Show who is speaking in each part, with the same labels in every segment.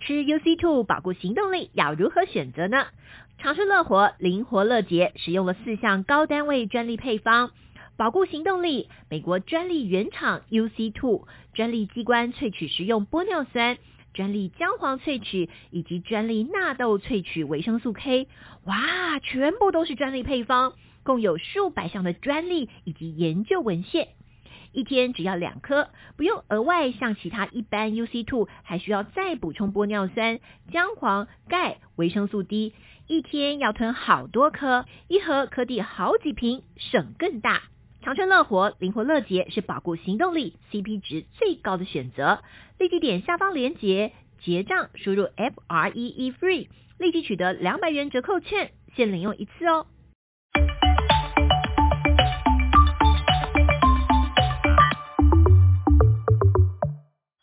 Speaker 1: T Two 保护行动力要如何选择呢？长春乐活灵活乐捷使用了四项高单位专利配方，保护行动力、美国专利原厂 UC Two 专利机关萃取食用玻尿酸。专利姜黄萃取以及专利纳豆萃取维生素 K，哇，全部都是专利配方，共有数百项的专利以及研究文献。一天只要两颗，不用额外像其他一般 UC Two 还需要再补充玻尿酸、姜黄、钙、维生素 D。一天要吞好多颗，一盒可抵好几瓶，省更大。长春乐活灵活乐捷是保固行动力 CP 值最高的选择。立即点下方链接结账，输入 F R E E FREE，立即取得两百元折扣券，限领用一次哦。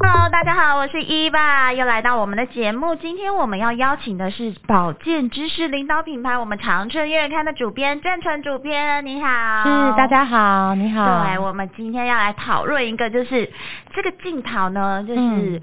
Speaker 2: Hello，大家好，我是伊爸，又来到我们的节目。今天我们要邀请的是保健知识领导品牌，我们长春月刊的主编郑纯主编，你好。
Speaker 3: 是，嗯大。家好，你好。
Speaker 2: 对，我们今天要来讨论一个，就是这个镜头呢，
Speaker 3: 嗯
Speaker 2: 就是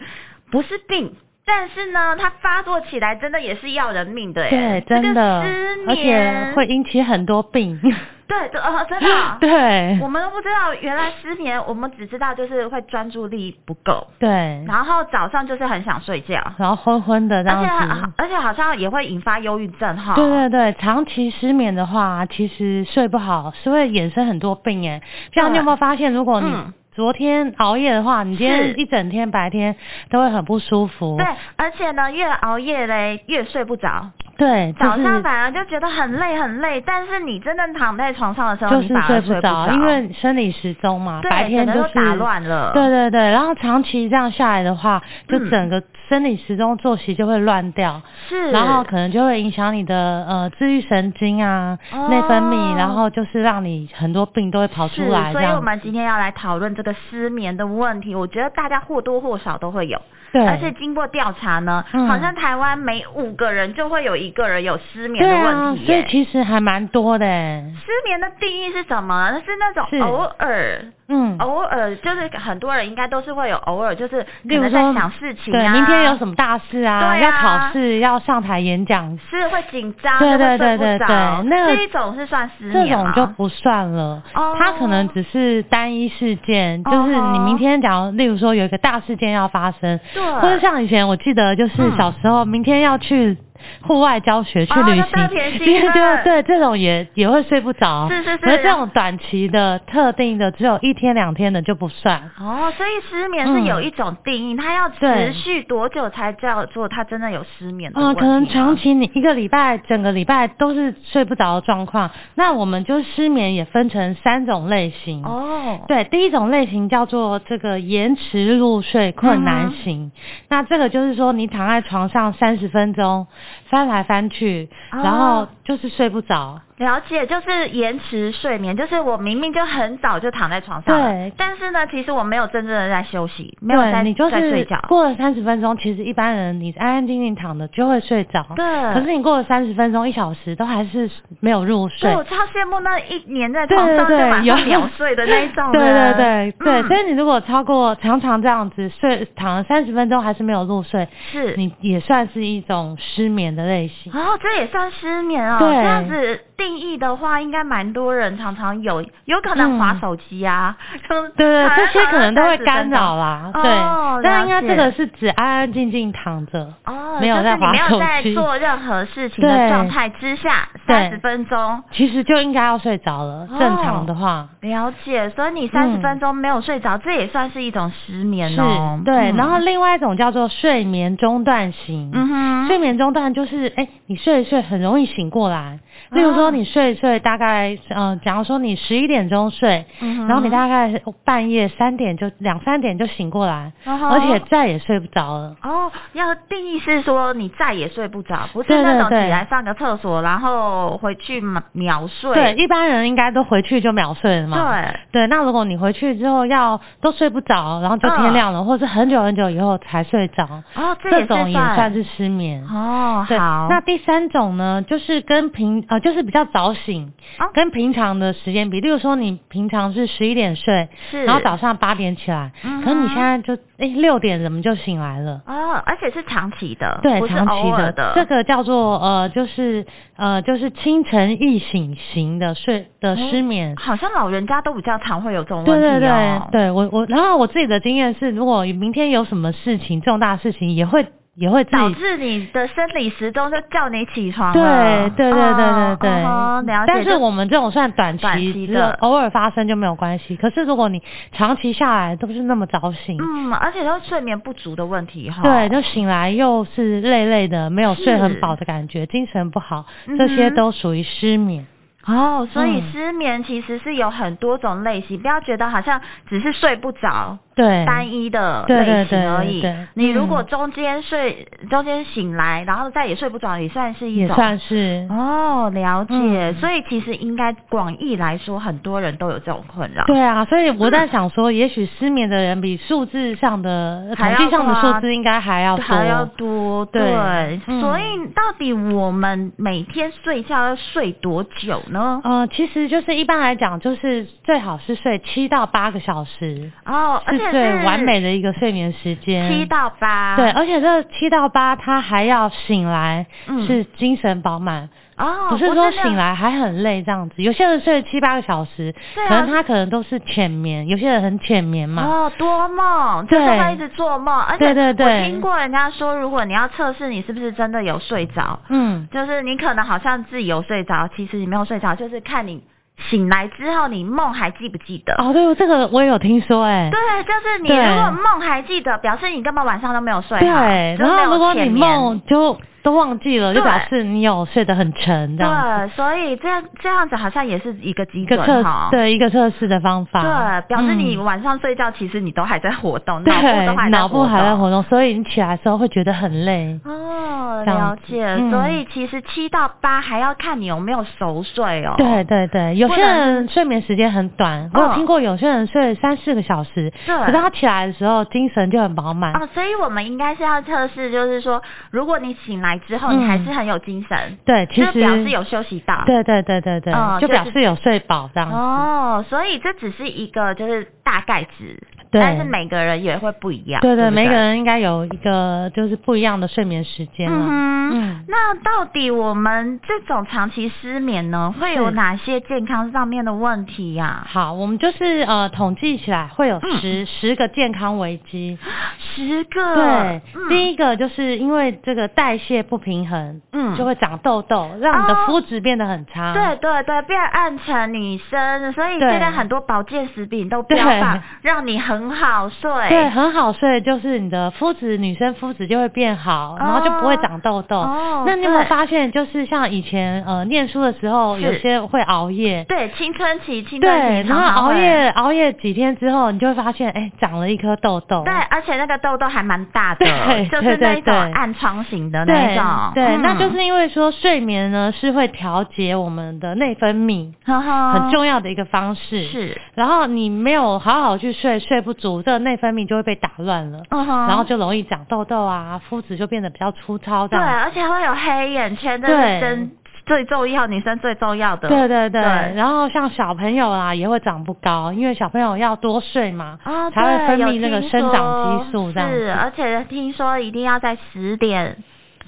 Speaker 2: 不是病。但是呢，它发作起来真的也是要人命的耶，
Speaker 3: 对，
Speaker 2: 这
Speaker 3: 真的
Speaker 2: 个失，
Speaker 3: 而且
Speaker 2: 眠
Speaker 3: 会引起很多病。，
Speaker 2: 对，对呃，真的
Speaker 3: 对
Speaker 2: 我们都不知道原来失眠，我们只知道就是会专注力不够，
Speaker 3: 对，
Speaker 2: 然后早上就是很想睡觉，
Speaker 3: 然后昏昏的这
Speaker 2: 而且啊
Speaker 3: 样
Speaker 2: 好
Speaker 3: 子。
Speaker 2: 而且好像也会引发忧郁症哈。
Speaker 3: 对对对，长期失眠的话，其实睡不好是会衍生很多病诶。像你有没有发现，如果你
Speaker 2: 嗯
Speaker 3: 昨天熬夜的话，你今
Speaker 2: 是
Speaker 3: 天一整天白天都会很不舒服。
Speaker 2: 对而且呢，越熬夜嘞，越睡不着，
Speaker 3: 对，就
Speaker 2: 早上
Speaker 3: 是
Speaker 2: 反而就觉得很累很累，但是你真正躺在床上的时候，
Speaker 3: 就
Speaker 2: 你
Speaker 3: 是
Speaker 2: 反而
Speaker 3: 睡
Speaker 2: 睡
Speaker 3: 不
Speaker 2: 着，
Speaker 3: 着，因为生理时钟嘛，
Speaker 2: 对
Speaker 3: 白天
Speaker 2: 整
Speaker 3: 就
Speaker 2: 个
Speaker 3: 是
Speaker 2: 都打乱了。
Speaker 3: 对对对，然后长期这样下来的话，就
Speaker 2: 啊嗯
Speaker 3: 整个生理时钟作息就会乱掉，
Speaker 2: 是，
Speaker 3: 然后可能就会影响你的呃自律神经啊、内分泌，
Speaker 2: 哦
Speaker 3: 然后就是让你很多病都会跑出
Speaker 2: 是，
Speaker 3: 来。
Speaker 2: 所
Speaker 3: 这
Speaker 2: 以
Speaker 3: 样
Speaker 2: 我们今天要来讨论这个失眠的问题。我觉得大家或多或少都会有，
Speaker 3: 对，
Speaker 2: 而且经过调查呢，
Speaker 3: 嗯
Speaker 2: 好像台湾每五个人就会有一个人有失眠
Speaker 3: 对
Speaker 2: 的
Speaker 3: 啊
Speaker 2: 问，题
Speaker 3: 所
Speaker 2: 耶。
Speaker 3: 以其实还蛮多的欸。
Speaker 2: 失眠的定义是什么？是那种
Speaker 3: 是
Speaker 2: 偶尔
Speaker 3: 嗯，
Speaker 2: 偶尔就是很多人应该都是会有偶尔就是可
Speaker 3: 例如
Speaker 2: 能在
Speaker 3: 说
Speaker 2: 想事情
Speaker 3: 对，
Speaker 2: 啊，
Speaker 3: 明天有什么大事啊？
Speaker 2: 对
Speaker 3: 要
Speaker 2: 啊
Speaker 3: 考试，要上台演讲，
Speaker 2: 是会紧张，
Speaker 3: 对
Speaker 2: 就会睡
Speaker 3: 对对
Speaker 2: 不
Speaker 3: 对
Speaker 2: 着
Speaker 3: 对那个
Speaker 2: 这一种是算失
Speaker 3: 这
Speaker 2: 眠
Speaker 3: 种
Speaker 2: 吗
Speaker 3: 就不算了。
Speaker 2: 哦
Speaker 3: 它可能只是单一事件，就是
Speaker 2: 哦
Speaker 3: 你明天假如例如说有一个大事件要发生，
Speaker 2: 对，嗯
Speaker 3: 或者像以前我记得就是小时候，明天要去户外教学、去
Speaker 2: 哦
Speaker 3: 旅
Speaker 2: 那
Speaker 3: 行，
Speaker 2: 特别兴
Speaker 3: 对
Speaker 2: 奋
Speaker 3: 对对，这种也也会睡不着。
Speaker 2: 是是是
Speaker 3: 可这种短期的、特定的，只有一天两天的就不算。
Speaker 2: 哦，所以失眠是有一种定义，它要持
Speaker 3: 嗯对
Speaker 2: 续多久才叫做它真的有失眠的
Speaker 3: 嗯、
Speaker 2: 问题啊
Speaker 3: 可
Speaker 2: 呢？
Speaker 3: 能长期你一个礼拜、整个礼拜都是睡不着的状况，那我们就失眠也分成三种类型。
Speaker 2: 哦，
Speaker 3: 对，第一种类型叫做这个延迟入睡困难型，
Speaker 2: 嗯
Speaker 3: 那这个就是说你躺在床上三十分钟，翻来翻去，然
Speaker 2: 哦
Speaker 3: 后就是睡不着。
Speaker 2: 了解，就是延迟睡眠，就是我明明就很早就躺在床上了
Speaker 3: 对，
Speaker 2: 但是呢，其实我没有真正的在休息，没有在
Speaker 3: 对，你就
Speaker 2: 在睡
Speaker 3: 是
Speaker 2: 觉。
Speaker 3: 过了三十分钟，其实一般人你安安静静躺着就会睡着。
Speaker 2: 对
Speaker 3: 可是你过了三十分钟、一小时都还是没有入睡
Speaker 2: 对，。我哦超羡慕那一年在
Speaker 3: 对
Speaker 2: 床
Speaker 3: 对
Speaker 2: 上就马
Speaker 3: 对，
Speaker 2: 上秒睡的那一种
Speaker 3: 对
Speaker 2: 人
Speaker 3: 对对对，
Speaker 2: 嗯
Speaker 3: 所以你如果超过常常这样子睡躺了三十分钟还是没有入睡，
Speaker 2: 是
Speaker 3: 你也算是一种失眠的类 型。
Speaker 2: 哦，这也算失眠哦。
Speaker 3: 对
Speaker 2: 这样子定义的话，应该蛮多人常常有，有可能
Speaker 3: 嗯
Speaker 2: 划手机啊，对
Speaker 3: 对对，这些可能都会干扰。啦。
Speaker 2: 哦了
Speaker 3: 对，但应该
Speaker 2: 解
Speaker 3: 这个是指安安静静躺着。
Speaker 2: 哦，
Speaker 3: 没有
Speaker 2: 就是
Speaker 3: 在
Speaker 2: 你
Speaker 3: 划
Speaker 2: 没有
Speaker 3: 手
Speaker 2: 在
Speaker 3: 机
Speaker 2: 做任何事情的
Speaker 3: 对
Speaker 2: 状态之下，
Speaker 3: 对
Speaker 2: 三十分钟。
Speaker 3: 其实就应该要睡着了，
Speaker 2: 哦
Speaker 3: 正常的话
Speaker 2: 了解，所以你三十
Speaker 3: 嗯
Speaker 2: 分钟没有睡着，这也算是一种失眠
Speaker 3: 是
Speaker 2: 哦。
Speaker 3: 对。
Speaker 2: 嗯
Speaker 3: 然后另外一种叫做睡眠中断型，
Speaker 2: 嗯哼，
Speaker 3: 睡眠中断就是哎，你睡一睡很容易醒过来。例如
Speaker 2: 哦
Speaker 3: 说你睡一睡，大概呃，假如说你十一点钟睡，
Speaker 2: 嗯
Speaker 3: 然后你
Speaker 2: 哼
Speaker 3: 大概半夜三点就两三点就醒过来，
Speaker 2: 嗯哼
Speaker 3: 而且再也睡不着了。
Speaker 2: 哦，要定义是说你再也睡不着，不是
Speaker 3: 对对
Speaker 2: 那种
Speaker 3: 对
Speaker 2: 起来上个厕所然后回去秒秒睡。
Speaker 3: 对，一般人应该都回去就秒睡了嘛。
Speaker 2: 对
Speaker 3: 对，那如果你回去之后要都睡不着，然后就天亮了，或是很久很久以后才睡着，
Speaker 2: 嗯哦，这
Speaker 3: 这
Speaker 2: 也
Speaker 3: 种也算是失眠。
Speaker 2: 哦，
Speaker 3: 嗯对，
Speaker 2: 好，
Speaker 3: 那第三种呢，就是跟平呃，就是比较早醒，
Speaker 2: 哦
Speaker 3: 跟平常的时间比，例如说你平常是十一点睡，
Speaker 2: 是
Speaker 3: 然后早上八点起来，
Speaker 2: 嗯哼
Speaker 3: 可是你现在就哎六点怎么就醒来了？
Speaker 2: 哦，而且是长期的，
Speaker 3: 对
Speaker 2: 不，是
Speaker 3: 长期
Speaker 2: 偶尔
Speaker 3: 这个叫做呃，就是呃，就是清晨易醒型的睡的
Speaker 2: 哎
Speaker 3: 失眠。
Speaker 2: 好像老人家都比较常会有这种
Speaker 3: 对
Speaker 2: 问题
Speaker 3: 对对
Speaker 2: 哦。
Speaker 3: 对，我我然后我自己的经验是，如果明天有什么事情重大事情，也会也会自
Speaker 2: 导
Speaker 3: 己
Speaker 2: 致你的生理时钟就叫你起床
Speaker 3: 对
Speaker 2: 了
Speaker 3: 对对对对
Speaker 2: 哦
Speaker 3: 对
Speaker 2: 嗯哼了解。
Speaker 3: 但是我们这种算短
Speaker 2: 短
Speaker 3: 期，
Speaker 2: 期
Speaker 3: 只有
Speaker 2: 的
Speaker 3: 偶尔发生就没有关系。可是如果你长期下来都不是那么早醒，
Speaker 2: 嗯，而且都睡眠不足的问题哈。
Speaker 3: 对，就醒来又是累累的，没有睡很
Speaker 2: 是
Speaker 3: 饱的感觉，精神不好，
Speaker 2: 嗯
Speaker 3: 这些
Speaker 2: 哼
Speaker 3: 都属于失眠。
Speaker 2: 哦，所以
Speaker 3: 嗯
Speaker 2: 失眠其实是有很多种类型，不要觉得好像只是睡不着
Speaker 3: 对，
Speaker 2: 单一的
Speaker 3: 对
Speaker 2: 类
Speaker 3: 对对
Speaker 2: 型而已。
Speaker 3: 对对
Speaker 2: 你如
Speaker 3: 嗯
Speaker 2: 果中间睡、中间醒来，然后再也睡不着，也算是一
Speaker 3: 也
Speaker 2: 种。
Speaker 3: 算是。
Speaker 2: 哦，了解。
Speaker 3: 嗯
Speaker 2: 所以其实应该广义来说，很多人都有这种困扰。
Speaker 3: 对啊，所以我在想说，也许失眠的人比数字上的
Speaker 2: 还
Speaker 3: 统
Speaker 2: 要
Speaker 3: 计上的
Speaker 2: 多啊
Speaker 3: 数字应该还要多。
Speaker 2: 还要多
Speaker 3: 对嗯
Speaker 2: 所以到底我们每天睡觉要睡多久呢？
Speaker 3: 呃，其实就是一般来讲，就是最好是睡七到八个小时，
Speaker 2: 哦，而
Speaker 3: 是
Speaker 2: 且
Speaker 3: 最
Speaker 2: 是
Speaker 3: 完美的一个睡眠时间。
Speaker 2: 七到八，
Speaker 3: 对，，而且这七到八，他还要醒来、
Speaker 2: 嗯
Speaker 3: 是精神饱满，
Speaker 2: 哦，
Speaker 3: 不是
Speaker 2: 那
Speaker 3: 说醒来还很累这样子。有些人睡了七八个小时，
Speaker 2: 对啊
Speaker 3: 可能他可能都是浅眠，有些人很浅眠嘛。
Speaker 2: 哦，多梦，就是
Speaker 3: 对
Speaker 2: 会一直做梦，而且
Speaker 3: 对对对
Speaker 2: 我听过人家说，如果你要测试你是不是真的有睡着，
Speaker 3: 嗯，
Speaker 2: 就是你可能好像自己有睡着，其实你没有睡着，就是看你醒来之后你梦还记不记得。
Speaker 3: 哦，对，这个我也有听说哎、
Speaker 2: 对，就是你
Speaker 3: 对
Speaker 2: 如果梦还记得，表示你根本晚上都没有睡好。
Speaker 3: 对，啊
Speaker 2: 就是
Speaker 3: 然
Speaker 2: 没有
Speaker 3: 后如果
Speaker 2: 浅
Speaker 3: 你
Speaker 2: 眠
Speaker 3: 梦就都忘记了，就
Speaker 2: 对
Speaker 3: 表示你有睡得很沉这样子。
Speaker 2: 对，所以这样这样子好像也是一个基
Speaker 3: 一个
Speaker 2: 准
Speaker 3: 测
Speaker 2: 哈。
Speaker 3: 对一个测试的方法，
Speaker 2: 对，表示你
Speaker 3: 嗯
Speaker 2: 晚上睡觉，其实你都还在活动，脑部都
Speaker 3: 对
Speaker 2: 还
Speaker 3: 脑
Speaker 2: 在
Speaker 3: 部还在
Speaker 2: 动。
Speaker 3: 活动，所以你起来的时候会觉得很累。
Speaker 2: 哦，
Speaker 3: 这样
Speaker 2: 了
Speaker 3: 子
Speaker 2: 解。
Speaker 3: 嗯
Speaker 2: 所以其实七到八还要看你有没有熟睡哦。
Speaker 3: 对对对，有
Speaker 2: 不
Speaker 3: 些
Speaker 2: 然
Speaker 3: 人睡眠时间很短，我有
Speaker 2: 嗯
Speaker 3: 听过有些人睡三四个小时，
Speaker 2: 对
Speaker 3: 可是他起来的时候精神就很饱满。
Speaker 2: 哦，所以我们应该是要测试，就是说，如果你醒来之后，
Speaker 3: 嗯
Speaker 2: 你还是很有精神，
Speaker 3: 对，其
Speaker 2: 就
Speaker 3: 实
Speaker 2: 表示有休息到。。
Speaker 3: 对对对对对
Speaker 2: 嗯，
Speaker 3: 就表
Speaker 2: 就是
Speaker 3: 示有睡饱这样子。
Speaker 2: 哦，所以这只是一个就是大概值，
Speaker 3: 对
Speaker 2: 但是每个人也会不一样。
Speaker 3: 对
Speaker 2: 对
Speaker 3: 对，
Speaker 2: 不
Speaker 3: 每个人应该有一个就是不一样的睡眠时间
Speaker 2: 嗯
Speaker 3: 了。
Speaker 2: 哼，
Speaker 3: 嗯
Speaker 2: 那到底我们这种长期失眠呢，会有
Speaker 3: 是
Speaker 2: 哪些健康上面的问题呀、
Speaker 3: 好，我们就是呃统计起来会有
Speaker 2: 嗯
Speaker 3: 十十个健康危机。
Speaker 2: 十个，
Speaker 3: 对，
Speaker 2: 嗯，
Speaker 3: 第一个就是因为这个代谢不平衡，
Speaker 2: 嗯
Speaker 3: 就会长痘痘，让你的
Speaker 2: 哦
Speaker 3: 肤质变得很差。
Speaker 2: 对对对，变暗沉女生，所以
Speaker 3: 对
Speaker 2: 现在很多保健食品都
Speaker 3: 对
Speaker 2: 标榜让你很好睡，
Speaker 3: 对，很好睡，就是你的肤质，女生肤质就会变好，然后就不会长痘痘。
Speaker 2: 哦
Speaker 3: 那你有没有
Speaker 2: 对
Speaker 3: 发现，就是像以前呃念书的时候，
Speaker 2: 是
Speaker 3: 有些会熬夜，
Speaker 2: 对，青春期，青春
Speaker 3: 对，
Speaker 2: 期
Speaker 3: 然
Speaker 2: 常
Speaker 3: 后
Speaker 2: 常
Speaker 3: 熬
Speaker 2: 会，
Speaker 3: 夜熬夜几天之后，你就会发现，哎，长了一颗痘痘。
Speaker 2: 对，而且那个痘痘还蛮大的，
Speaker 3: 对
Speaker 2: 就是那
Speaker 3: 对对
Speaker 2: 种
Speaker 3: 对
Speaker 2: 暗疮型的
Speaker 3: 对
Speaker 2: 那种，
Speaker 3: 对，
Speaker 2: 嗯
Speaker 3: 那就，是因为说睡眠呢是会调节我们的内分泌，
Speaker 2: 呵呵
Speaker 3: 很重要的一个方式。。
Speaker 2: 哦是，
Speaker 3: 然后你没有好好去睡，睡不足，这个内分泌就会被打乱了，
Speaker 2: 嗯哼
Speaker 3: 然后就容易长痘痘啊，肤质就变得比较粗糙这
Speaker 2: 对，啊
Speaker 3: 样子。
Speaker 2: 而且会有黑眼圈，这是
Speaker 3: 对
Speaker 2: 真最重要，女生最重要的。
Speaker 3: 对对
Speaker 2: 对
Speaker 3: 对，然后像小朋友啊也会长不高，因为小朋友要多睡嘛，
Speaker 2: 啊，
Speaker 3: 才会分
Speaker 2: 对
Speaker 3: 泌那个生长激素这样
Speaker 2: 有听说是，
Speaker 3: 子。
Speaker 2: 而且听说一定要在十点。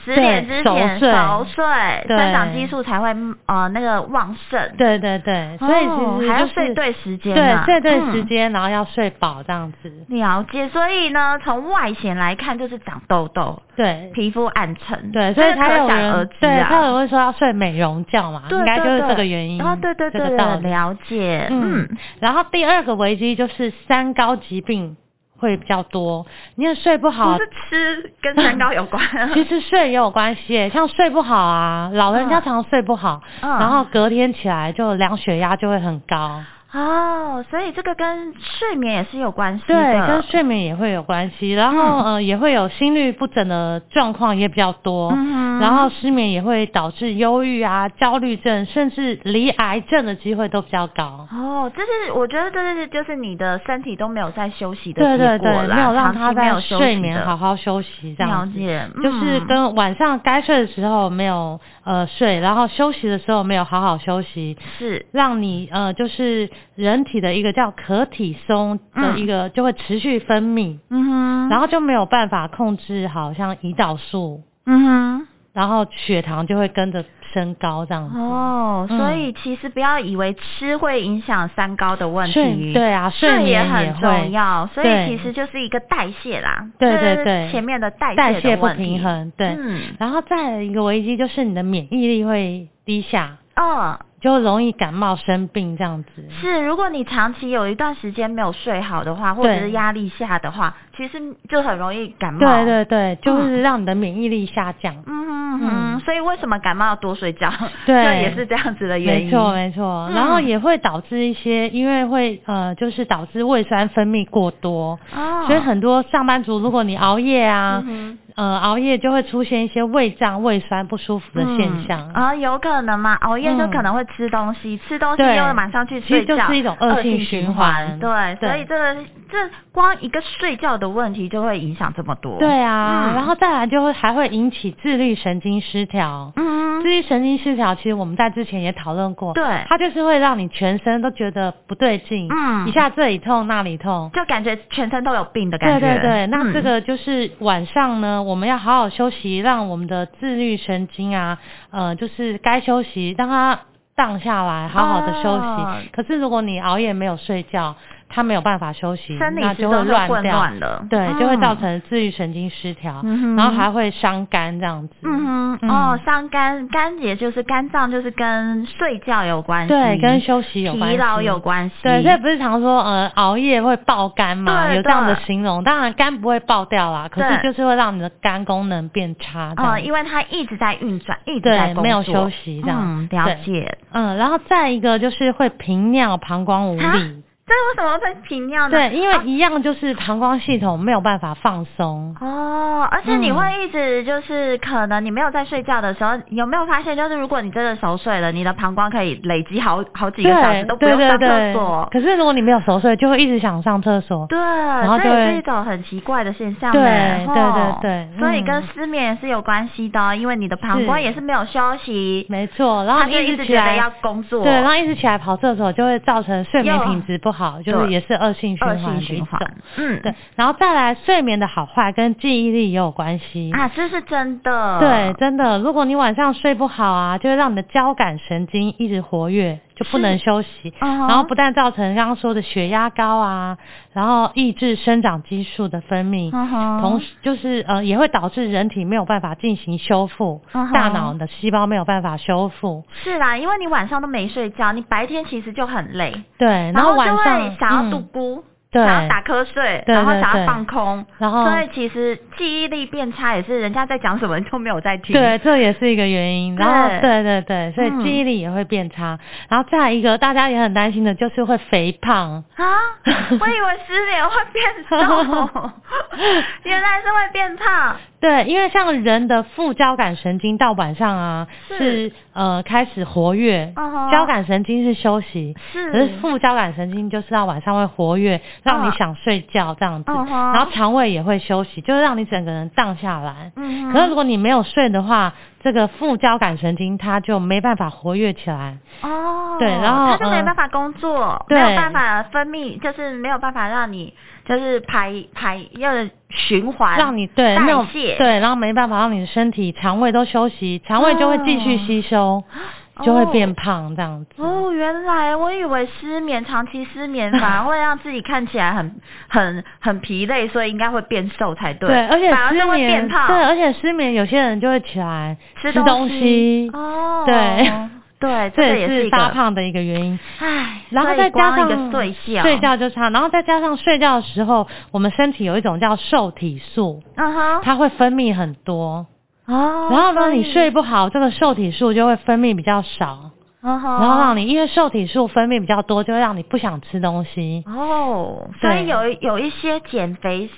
Speaker 2: 十
Speaker 3: 对
Speaker 2: 点之前
Speaker 3: 熟睡
Speaker 2: 熟睡，
Speaker 3: 对
Speaker 2: 生长激素才会呃那个旺盛。
Speaker 3: 对对对，所以其实、
Speaker 2: 哦
Speaker 3: 就是、
Speaker 2: 还要睡对时间
Speaker 3: 对
Speaker 2: 啊
Speaker 3: 睡对
Speaker 2: 嗯
Speaker 3: 时间，然后要睡饱这样子。
Speaker 2: 了解，所以呢，从外显来看就是长痘痘，
Speaker 3: 对
Speaker 2: 皮肤暗沉，
Speaker 3: 对，所以
Speaker 2: 这个可
Speaker 3: 才有
Speaker 2: 想而
Speaker 3: 人
Speaker 2: 知
Speaker 3: 对，
Speaker 2: 啊。
Speaker 3: 才有人会说要睡美容觉嘛，
Speaker 2: 对
Speaker 3: 应该就
Speaker 2: 对
Speaker 3: 是这
Speaker 2: 对
Speaker 3: 个原因。
Speaker 2: 哦，对对
Speaker 3: 这
Speaker 2: 对
Speaker 3: 个道
Speaker 2: 对，
Speaker 3: 理。
Speaker 2: 了解，嗯
Speaker 3: 嗯，然后第二个危机就是三高疾病会比较多。你也睡不好，
Speaker 2: 不，是吃跟三高有关
Speaker 3: 其实睡也有关系耶，像睡不好啊，老人家常睡不好，
Speaker 2: 嗯
Speaker 3: 然后隔天起来就量血压就会很高。
Speaker 2: 哦，所以这个跟睡眠也是有关系的。嗯
Speaker 3: 对，跟睡眠也会有关系，然后、呃也会有心律不整的状况也比较多，
Speaker 2: 嗯哼
Speaker 3: 然后失眠也会导致忧郁啊、焦虑症，甚至离癌症的机会都比较高。
Speaker 2: 哦，这是我觉得这是就是你的身体都没有在休息的
Speaker 3: 对
Speaker 2: 结
Speaker 3: 对
Speaker 2: 果
Speaker 3: 对，
Speaker 2: 啦
Speaker 3: 没有让
Speaker 2: 长
Speaker 3: 他
Speaker 2: 期没
Speaker 3: 在
Speaker 2: 有休息
Speaker 3: 睡眠
Speaker 2: 的
Speaker 3: 好好休息，这
Speaker 2: 了
Speaker 3: 样子
Speaker 2: 解，
Speaker 3: 就是
Speaker 2: 嗯
Speaker 3: 跟晚上该睡的时候没有呃睡，然后休息的时候没有好好休息，
Speaker 2: 是
Speaker 3: 让你呃就是人体的一个叫可体松的一个、就会持续分泌，
Speaker 2: 嗯哼，
Speaker 3: 然
Speaker 2: 后
Speaker 3: 后就没有办法控制好像胰岛素，
Speaker 2: 嗯
Speaker 3: 然后血糖就会跟着升高这样子。
Speaker 2: 哼，哦，所
Speaker 3: 嗯
Speaker 2: 以其实不要以为吃会影响三高的问
Speaker 3: 睡
Speaker 2: 题，
Speaker 3: 对啊，睡
Speaker 2: 睡
Speaker 3: 眠
Speaker 2: 也
Speaker 3: 也
Speaker 2: 很重
Speaker 3: 会
Speaker 2: 要，所以
Speaker 3: 对
Speaker 2: 其实就是一个代谢啦，
Speaker 3: 对
Speaker 2: 这
Speaker 3: 对
Speaker 2: 是
Speaker 3: 对
Speaker 2: 前面的代
Speaker 3: 代
Speaker 2: 谢
Speaker 3: 谢
Speaker 2: 的
Speaker 3: 不
Speaker 2: 问题
Speaker 3: 平，衡，对。
Speaker 2: 嗯，
Speaker 3: 然后再有一个危机就是你的免疫力会低下，
Speaker 2: 哦，
Speaker 3: 就容易感冒生病这样子。
Speaker 2: 是，如果你长期有一段时间没有睡好的话，或者
Speaker 3: 对
Speaker 2: 是压力下的话，其实就很容易感冒，
Speaker 3: 对对对，就是让你的免疫力下降。
Speaker 2: 嗯嗯，
Speaker 3: 嗯
Speaker 2: 所以为什么感冒要多睡觉？
Speaker 3: 对
Speaker 2: 这也是这样子的原因。嗯
Speaker 3: 没错没错，然后也会导致一些，因为会呃，就是导致胃酸分泌过多，
Speaker 2: 哦，
Speaker 3: 所以很多上班族，如果你熬夜啊，
Speaker 2: 嗯
Speaker 3: 呃，熬夜就会出现一些胃胀、胃酸不舒服的现象。
Speaker 2: 嗯啊、有可能嘛，熬夜就
Speaker 3: 嗯
Speaker 2: 可能会吃东西，吃东西
Speaker 3: 对
Speaker 2: 又马上去
Speaker 3: 其
Speaker 2: 睡
Speaker 3: 实
Speaker 2: 觉，
Speaker 3: 就是一种恶性循环
Speaker 2: 对，所
Speaker 3: 对
Speaker 2: 以这个这光一个睡觉的问题就会影响这么多。
Speaker 3: 对，啊，
Speaker 2: 嗯
Speaker 3: 然后再来就会还会引起自律神经失调。
Speaker 2: 嗯
Speaker 3: 自，律神经失调，其实我们在之前也讨论过，
Speaker 2: 对
Speaker 3: 它就是会让你全身都觉得不对劲，
Speaker 2: 嗯
Speaker 3: 一下这里痛那里痛，
Speaker 2: 就感觉全身都有病的
Speaker 3: 对
Speaker 2: 感觉。
Speaker 3: 对对，那
Speaker 2: 嗯
Speaker 3: 这个就是晚上呢，我们要好好休息，让我们的自律神经啊，呃，就是该休息，让它荡下来，好好的休息。
Speaker 2: 哦
Speaker 3: 可是如果你熬夜没有睡觉，它没有办法休息，
Speaker 2: 生理
Speaker 3: 那
Speaker 2: 时
Speaker 3: 就
Speaker 2: 钟
Speaker 3: 会
Speaker 2: 就
Speaker 3: 乱
Speaker 2: 混
Speaker 3: 掉，
Speaker 2: 乱了
Speaker 3: 对，就会
Speaker 2: 嗯
Speaker 3: 造成自律神经失调，
Speaker 2: 嗯哼
Speaker 3: 然后还会伤肝这样子。
Speaker 2: 嗯哼，哦，伤肝，肝也就是肝脏，就是跟睡觉有关系，
Speaker 3: 对，跟休息有关系，
Speaker 2: 疲劳有关系，
Speaker 3: 对，所以不是常说呃熬夜会爆肝嘛，
Speaker 2: 对
Speaker 3: 有这样的
Speaker 2: 对
Speaker 3: 形容。当然肝不会爆掉啦，可是
Speaker 2: 对
Speaker 3: 就是会让你的肝功能变差这
Speaker 2: 嗯，
Speaker 3: 样子。
Speaker 2: 因为它一直在运转，一直
Speaker 3: 对
Speaker 2: 在工作
Speaker 3: 没有休息这样
Speaker 2: 嗯，了
Speaker 3: 对
Speaker 2: 解。
Speaker 3: 嗯，然后再一个就是会频尿、膀胱无
Speaker 2: 啊
Speaker 3: 力。
Speaker 2: 这为什么会频尿呢？
Speaker 3: 对，因为
Speaker 2: 啊
Speaker 3: 一样就是膀胱系统没有办法放松。
Speaker 2: 哦，而且你
Speaker 3: 嗯
Speaker 2: 会一直就是可能你没有在睡觉的时候，有没有发现就是如果你真的熟睡了，你的膀胱可以累积好好几个小时
Speaker 3: 对
Speaker 2: 都不
Speaker 3: 对
Speaker 2: 用
Speaker 3: 对
Speaker 2: 上厕
Speaker 3: 对
Speaker 2: 所。。
Speaker 3: 可是如果你没有熟睡，就会一直想上厕所。
Speaker 2: 对，
Speaker 3: 后
Speaker 2: 这
Speaker 3: 就
Speaker 2: 也
Speaker 3: 会
Speaker 2: 是一种很奇怪的现象
Speaker 3: 对
Speaker 2: 呢。
Speaker 3: 对
Speaker 2: 吼
Speaker 3: 对对
Speaker 2: 所以
Speaker 3: 嗯
Speaker 2: 跟失眠也是有关系的哦，因为你的膀胱
Speaker 3: 是
Speaker 2: 也是没有休息，
Speaker 3: 没错，然后
Speaker 2: 他
Speaker 3: 你
Speaker 2: 就一
Speaker 3: 直
Speaker 2: 直
Speaker 3: 起
Speaker 2: 觉得
Speaker 3: 来
Speaker 2: 要工作。
Speaker 3: 对，然后一直起来跑厕所，就会造成睡眠
Speaker 2: 又
Speaker 3: 品质不好，就
Speaker 2: 对
Speaker 3: 是也是恶性循
Speaker 2: 恶
Speaker 3: 环的
Speaker 2: 性
Speaker 3: 一
Speaker 2: 循
Speaker 3: 种
Speaker 2: 环。，嗯，
Speaker 3: 对，然后再来睡眠的好坏跟记忆力也有关系。
Speaker 2: 啊，这是真的。
Speaker 3: 对，，真的，如果你晚上睡不好啊，就会让你的交感神经一直活跃，就不能休息，
Speaker 2: 嗯哼
Speaker 3: 然后不但造成刚刚说的血压高啊，然后抑制生长激素的分泌，
Speaker 2: 嗯哼
Speaker 3: 同时就是呃也会导致人体没有办法进行修复，
Speaker 2: 嗯哼
Speaker 3: 大脑的细胞没有办法修复，
Speaker 2: 是啦，因为你晚上都没睡觉，你白天其实就很累，
Speaker 3: 对，然后晚
Speaker 2: 就
Speaker 3: 上
Speaker 2: 会想要
Speaker 3: 嗯
Speaker 2: 度孤，
Speaker 3: 对
Speaker 2: 想要打瞌睡，
Speaker 3: 对
Speaker 2: 然后
Speaker 3: 对
Speaker 2: 想
Speaker 3: 对
Speaker 2: 要放空，
Speaker 3: 然后
Speaker 2: 所以其实记忆力变差也是人家在讲什么你都没有在听。
Speaker 3: 对，这也是一个原因。然后，
Speaker 2: 对嗯
Speaker 3: 对对对，所以记忆力也会变差。然后再来一个，大家也很担心的，就是会肥胖。
Speaker 2: 啊，我以为失眠会变 瘦，原来是会变胖。
Speaker 3: 对，因为像人的副交感神经到晚上啊，
Speaker 2: 是
Speaker 3: 是呃开始活跃
Speaker 2: 嗯哼
Speaker 3: 交感神经是休息，
Speaker 2: 是
Speaker 3: 可是副交感神经就是到晚上会活跃，让你
Speaker 2: 嗯
Speaker 3: 想睡觉这样子。
Speaker 2: 嗯哼
Speaker 3: 然后肠胃也会休息，就是让你整个人荡下来。
Speaker 2: 嗯哼
Speaker 3: 可是如果你没有睡的话，这个副交感神经它就没办法活跃起来。
Speaker 2: 哦，
Speaker 3: 对然后
Speaker 2: 他就没
Speaker 3: 呃
Speaker 2: 办法工作，没
Speaker 3: 对
Speaker 2: 有办法分泌，就是没有办法让你就是排排要循环，
Speaker 3: 让你对没
Speaker 2: 代
Speaker 3: 有
Speaker 2: 谢，
Speaker 3: 对，然后没办法让你的身体肠胃都休息，肠胃就会继续吸收，就会变胖这样子。
Speaker 2: 哦，原来我以为失眠，长期失眠反而会让自己看起来很很很疲累，所以应该会变瘦才对。
Speaker 3: 对，而且
Speaker 2: 反而
Speaker 3: 失
Speaker 2: 是会变
Speaker 3: 眠，
Speaker 2: 胖，
Speaker 3: 对，而且失眠，有些人就会起来
Speaker 2: 吃
Speaker 3: 东西，
Speaker 2: 哦，
Speaker 3: 对
Speaker 2: 对，
Speaker 3: 这
Speaker 2: 这个也
Speaker 3: 也
Speaker 2: 是
Speaker 3: 是
Speaker 2: 一个
Speaker 3: 发，胖的一个原因。
Speaker 2: 唉，
Speaker 3: 然后
Speaker 2: 所以
Speaker 3: 再加
Speaker 2: 光一
Speaker 3: 上
Speaker 2: 个睡觉，
Speaker 3: 睡，觉就差，然后再加上睡觉的时候，我们身体有一种叫受体素，
Speaker 2: 嗯哼，
Speaker 3: 它会分泌很多。
Speaker 2: 哦，
Speaker 3: 然后呢，
Speaker 2: 所以
Speaker 3: 你睡，不好，这个受体素就会分泌比较少，
Speaker 2: 嗯哼，
Speaker 3: 然后让你因为受体素分泌比较多，就会让你不想吃东西。
Speaker 2: 哦，所以
Speaker 3: 对
Speaker 2: 有有一些减肥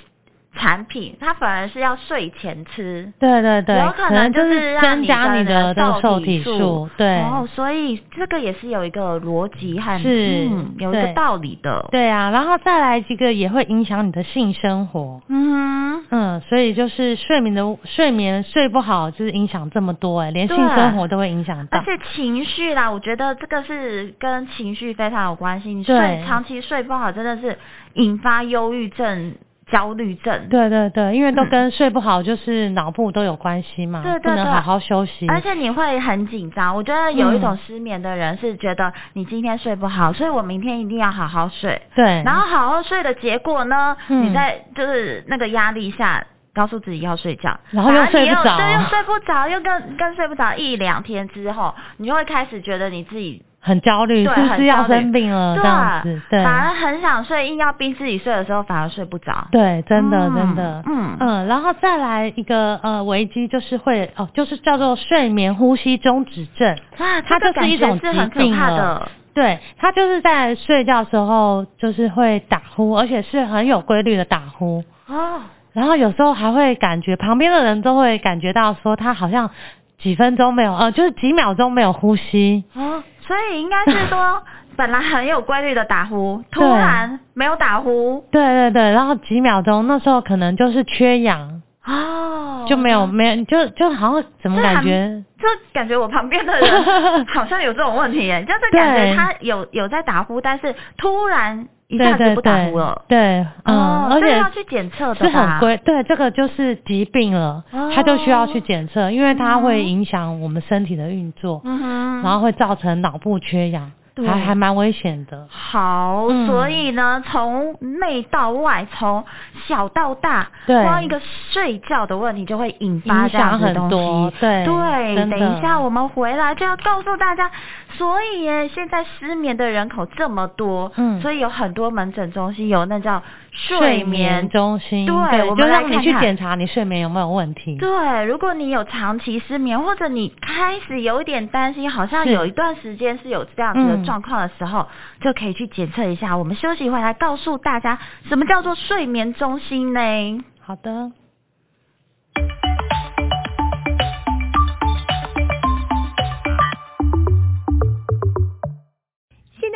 Speaker 2: 产品，它反而是要睡前吃。
Speaker 3: 对对对，
Speaker 2: 有可能
Speaker 3: 就
Speaker 2: 就是让
Speaker 3: 增加
Speaker 2: 你
Speaker 3: 你
Speaker 2: 的
Speaker 3: 的这个
Speaker 2: 受
Speaker 3: 受
Speaker 2: 体
Speaker 3: 体
Speaker 2: 素
Speaker 3: 素，对，
Speaker 2: 哦，所以这个也是有一个逻辑和
Speaker 3: 是
Speaker 2: 嗯，有一个
Speaker 3: 对
Speaker 2: 道理的。
Speaker 3: 对啊，然后再来这个也会影响你的性生活。
Speaker 2: 嗯哼，
Speaker 3: 嗯，所以就是睡眠的睡眠睡不好，就是影响这么多哎、连性
Speaker 2: 对
Speaker 3: 生活都会影响到
Speaker 2: 而。且情绪啦，我觉得这个是跟情绪非常有关系。你
Speaker 3: 对
Speaker 2: 睡长期睡不好，真的是引发忧郁症、焦虑症。
Speaker 3: 对对对，因为都
Speaker 2: 嗯
Speaker 3: 跟睡不好就是脑部都有关系嘛，
Speaker 2: 对对
Speaker 3: 啊不能
Speaker 2: 对
Speaker 3: 好好休息。
Speaker 2: 而且你会很紧张，我觉得有一种
Speaker 3: 嗯
Speaker 2: 失眠的人是觉得你今天睡不好，所以我明天一定要好好睡。
Speaker 3: 对，
Speaker 2: 然后好好睡的结果呢，
Speaker 3: 嗯
Speaker 2: 你在就是那个压力下，告诉自己要睡觉，
Speaker 3: 然后又睡不着
Speaker 2: 反而你又对，又睡不着，又更更睡不着一两天之后，你就会开始觉得你自己
Speaker 3: 很焦虑，
Speaker 2: 对
Speaker 3: 是不
Speaker 2: 很
Speaker 3: 是要
Speaker 2: 焦虑
Speaker 3: 生病了
Speaker 2: 对
Speaker 3: 嗯这样子？对
Speaker 2: 反而很想睡，硬要逼自己睡的时候，反而睡不着。
Speaker 3: 对，真的
Speaker 2: 嗯
Speaker 3: 真的，
Speaker 2: 嗯
Speaker 3: 嗯，然后再来一个呃危机就是会哦，就是叫做睡眠呼吸中止症。
Speaker 2: 啊，
Speaker 3: 它
Speaker 2: 这个
Speaker 3: 就是一种
Speaker 2: 感觉是很
Speaker 3: 疾病
Speaker 2: 可怕
Speaker 3: 了
Speaker 2: 的。
Speaker 3: 对，他就是在睡觉时候就是会打呼，而且是很有规律的打呼。
Speaker 2: 哦，
Speaker 3: 然后有时候还会感觉旁边的人都会感觉到说他好像几分钟没有，呃，就是几秒钟没有呼吸。
Speaker 2: 哦，所以应该是 说本来很有规律的打呼，突
Speaker 3: 对
Speaker 2: 然没有打呼，
Speaker 3: 对对对，然后几秒钟，那时候可能就是缺氧，
Speaker 2: 哦，
Speaker 3: 就没有没有，就就好像怎么
Speaker 2: 这还
Speaker 3: 感觉？
Speaker 2: 就感觉我旁边的人好像有这种问题 耶，就是感觉他有有在打呼，但是突然一
Speaker 3: 对
Speaker 2: 下子
Speaker 3: 对
Speaker 2: 不打
Speaker 3: 对
Speaker 2: 呼了。，
Speaker 3: 对，嗯，
Speaker 2: 哦，
Speaker 3: 而
Speaker 2: 这
Speaker 3: 且
Speaker 2: 要去检测
Speaker 3: 是
Speaker 2: 的
Speaker 3: 很
Speaker 2: 吧？
Speaker 3: 规，对，这个就是疾病了，
Speaker 2: 哦
Speaker 3: 它就需要去检测，因为它会
Speaker 2: 嗯
Speaker 3: 影响我们身体的运作，
Speaker 2: 嗯哼，
Speaker 3: 然后会造成脑部缺氧，
Speaker 2: 对
Speaker 3: 还还蛮危险的。
Speaker 2: 好，
Speaker 3: 嗯
Speaker 2: 所以呢，从内到外，从小到大，
Speaker 3: 对
Speaker 2: 光一个睡觉的问题就会引发
Speaker 3: 影
Speaker 2: 这样
Speaker 3: 响
Speaker 2: 子的东
Speaker 3: 很多
Speaker 2: 西。，
Speaker 3: 对
Speaker 2: 对，
Speaker 3: 真
Speaker 2: 等
Speaker 3: 的
Speaker 2: 一下我们回来就要告诉大家，所以耶，现在失眠的人口这么多，
Speaker 3: 嗯
Speaker 2: 所以有很多门诊中心有那叫睡
Speaker 3: 睡
Speaker 2: 眠
Speaker 3: 眠中心，
Speaker 2: 对我
Speaker 3: 对，
Speaker 2: 们
Speaker 3: 就
Speaker 2: 来
Speaker 3: 让你
Speaker 2: 看
Speaker 3: 去
Speaker 2: 看
Speaker 3: 检查你睡眠有没有问题。
Speaker 2: 对，如果你有长期失眠，或者你开始有一点担心，好像
Speaker 3: 是
Speaker 2: 有一段时间是有这样子的
Speaker 3: 嗯
Speaker 2: 状况的时候，就可以去检测一下。我们休息回来告诉大家，什么叫做睡眠中心呢？
Speaker 3: 好的，
Speaker 1: 现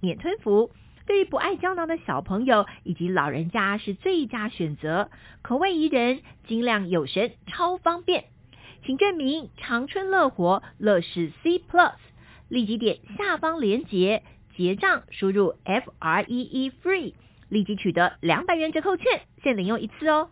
Speaker 1: 免吞服，对于不爱胶囊的小朋友以及老人家是最佳选择，口味宜人，精量有神，超方便。请证明长春乐活乐视 C Plus，立即点下方链接结账，输入 F R E E FREE，立即取得两百元折扣券，限领用一次哦。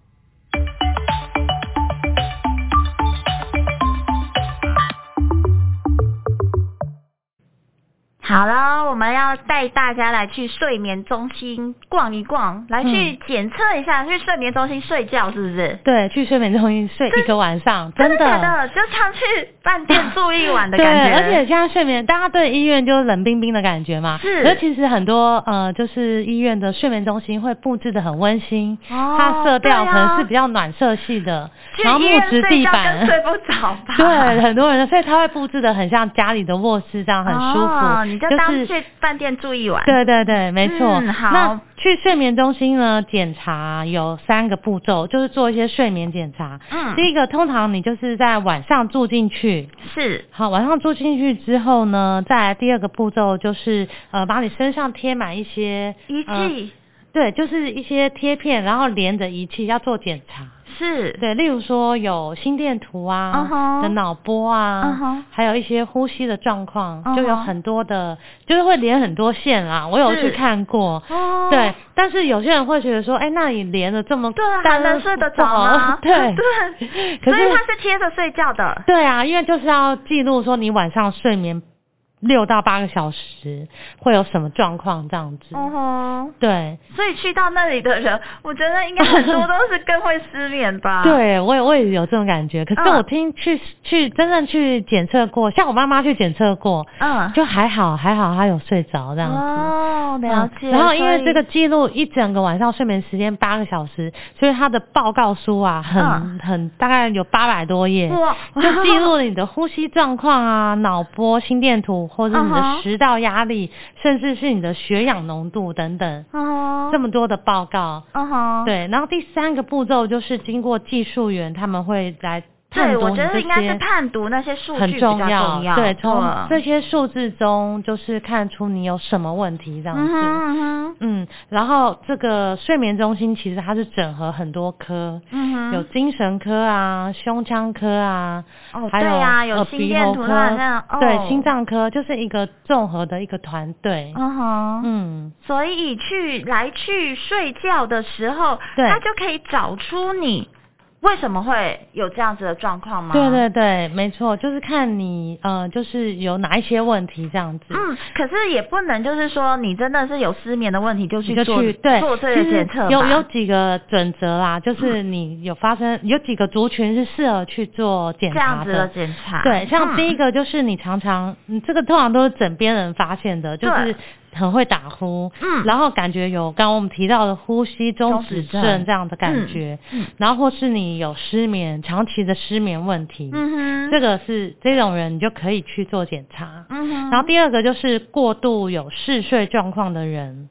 Speaker 2: 好了，我们要带大家来去睡眠中心逛一逛，来
Speaker 3: 嗯
Speaker 2: 去检测一下，去睡眠中心睡觉是不是？
Speaker 3: 对，去睡眠中心睡一个晚上，真
Speaker 2: 的假的？就常去饭店住一晚 的感觉，
Speaker 3: 对，而且现在睡眠，大家对医院就是冷冰冰的感觉嘛。
Speaker 2: 是
Speaker 3: 可是其实很多呃，就是医院的睡眠中心会布置的很温馨，
Speaker 2: 哦
Speaker 3: 它色调
Speaker 2: 对啊
Speaker 3: 可能是比较暖色系的，
Speaker 2: 去
Speaker 3: 然后
Speaker 2: 医
Speaker 3: 木
Speaker 2: 院
Speaker 3: 质
Speaker 2: 睡
Speaker 3: 地
Speaker 2: 觉跟
Speaker 3: 板。
Speaker 2: 睡不着吧？
Speaker 3: 对，很多人，所以它会布置的很像家里的卧室这样，很舒服。
Speaker 2: 哦、你就当
Speaker 3: 是
Speaker 2: 去饭店住一晚。
Speaker 3: 对对对，没错。
Speaker 2: 嗯好
Speaker 3: 那去睡眠中心呢，检查有三个步骤，就是做一些睡眠检查。
Speaker 2: 嗯
Speaker 3: 第一个，通常你就是在晚上住进去，
Speaker 2: 是
Speaker 3: 好，晚上住进去之后呢，再来第二个步骤就是呃，把你身上贴满一些
Speaker 2: 仪器。
Speaker 3: 呃对，就是一些贴片，然后连着仪器要做检查。
Speaker 2: 是，
Speaker 3: 对，例如说有心电图啊
Speaker 2: 嗯哼
Speaker 3: 的脑波啊
Speaker 2: 嗯哼
Speaker 3: 还有一些呼吸的状况
Speaker 2: 嗯哼
Speaker 3: 就有很多的，就是会连很多线啦。我有
Speaker 2: 是
Speaker 3: 去看过，
Speaker 2: 哦
Speaker 3: 对，但是有些人会觉得说，哎，那你连的这么
Speaker 2: 对啊，
Speaker 3: 大
Speaker 2: 还能睡得
Speaker 3: 不
Speaker 2: 着
Speaker 3: 好？
Speaker 2: 吗
Speaker 3: 哦 对
Speaker 2: 对，
Speaker 3: 可
Speaker 2: 所以
Speaker 3: 是
Speaker 2: 它是贴着睡觉的。
Speaker 3: 对啊，因为就是要记录说你晚上睡眠六到八个小时会有什么状况这样子。
Speaker 2: 嗯哼，
Speaker 3: 对，
Speaker 2: 所以去到那里的人，我觉得应该很多都是更会失眠吧。，
Speaker 3: 对我也我也有这种感觉。可是
Speaker 2: 啊嗯
Speaker 3: 我听去、去真正去检测过，像我妈妈去检测过，
Speaker 2: 嗯，
Speaker 3: 就还好还好，她有睡着这样子。
Speaker 2: 哦，了解。
Speaker 3: 嗯然后因为
Speaker 2: 所以
Speaker 3: 这个记录一整个晚上睡眠时间八个小时，所以他的报告书啊，很、
Speaker 2: 嗯
Speaker 3: 很大概有八百多页，
Speaker 2: 哇
Speaker 3: 就记录了你的呼吸状况啊、脑波、心电图，或者你
Speaker 2: 嗯哼
Speaker 3: 的食道压力，甚至是你的血氧浓度等等，
Speaker 2: 嗯
Speaker 3: 这
Speaker 2: 哼，
Speaker 3: 么多的报告。
Speaker 2: 嗯哼，
Speaker 3: 对，然后第三个步骤就是经过技术员他们会来探
Speaker 2: 对，
Speaker 3: 读
Speaker 2: 我
Speaker 3: 你
Speaker 2: 觉
Speaker 3: 这
Speaker 2: 得应该是
Speaker 3: 些。
Speaker 2: 判读那些数据
Speaker 3: 很
Speaker 2: 比较
Speaker 3: 重要，
Speaker 2: 要。嗯
Speaker 3: 对，从这
Speaker 2: 对
Speaker 3: 些数字中就是看出你有什么问题这样
Speaker 2: 嗯
Speaker 3: 子。
Speaker 2: 哼嗯哼
Speaker 3: 嗯，然后这个睡眠中心其实它是整合很多科，
Speaker 2: 嗯哼，
Speaker 3: 有精神科啊、胸腔科啊，
Speaker 2: 哦
Speaker 3: 还有
Speaker 2: 对啊有
Speaker 3: 呃
Speaker 2: 心
Speaker 3: 鼻
Speaker 2: 电
Speaker 3: 喉
Speaker 2: 图
Speaker 3: 科，
Speaker 2: 那好像哦
Speaker 3: 对，心脏科就是一个综合的一个团队。
Speaker 2: 嗯哼，
Speaker 3: 嗯，
Speaker 2: 所以去来去睡觉的时候，
Speaker 3: 对
Speaker 2: 他就可以找出你为什么会有这样子的状况吗？
Speaker 3: 对对对，没错，就是看你呃，就是有哪一些问题这样子。
Speaker 2: 嗯，可是也不能就是说你真的是有失眠的问题就
Speaker 3: 你
Speaker 2: 去
Speaker 3: 就
Speaker 2: 做
Speaker 3: 去对，
Speaker 2: 做这个
Speaker 3: 其实
Speaker 2: 检测吧
Speaker 3: 有有几个准则啦，就是你有发生有几个族群是适合去做检
Speaker 2: 这样
Speaker 3: 查
Speaker 2: 子
Speaker 3: 的，
Speaker 2: 的检查。
Speaker 3: 对，像第一
Speaker 2: 嗯
Speaker 3: 个就是你常常，你这个通常都是枕边人发现的，就
Speaker 2: 对
Speaker 3: 是很会打呼，
Speaker 2: 嗯
Speaker 3: 然后感觉有刚刚我们提到的呼吸中
Speaker 2: 中止
Speaker 3: 止
Speaker 2: 症嗯
Speaker 3: 症这样的感觉，然后或是你有失眠，长期的失眠问题，
Speaker 2: 嗯哼，
Speaker 3: 这个是这种人你就可以去做检查。
Speaker 2: 嗯哼，
Speaker 3: 然后第二个就是过度有嗜睡状况的人。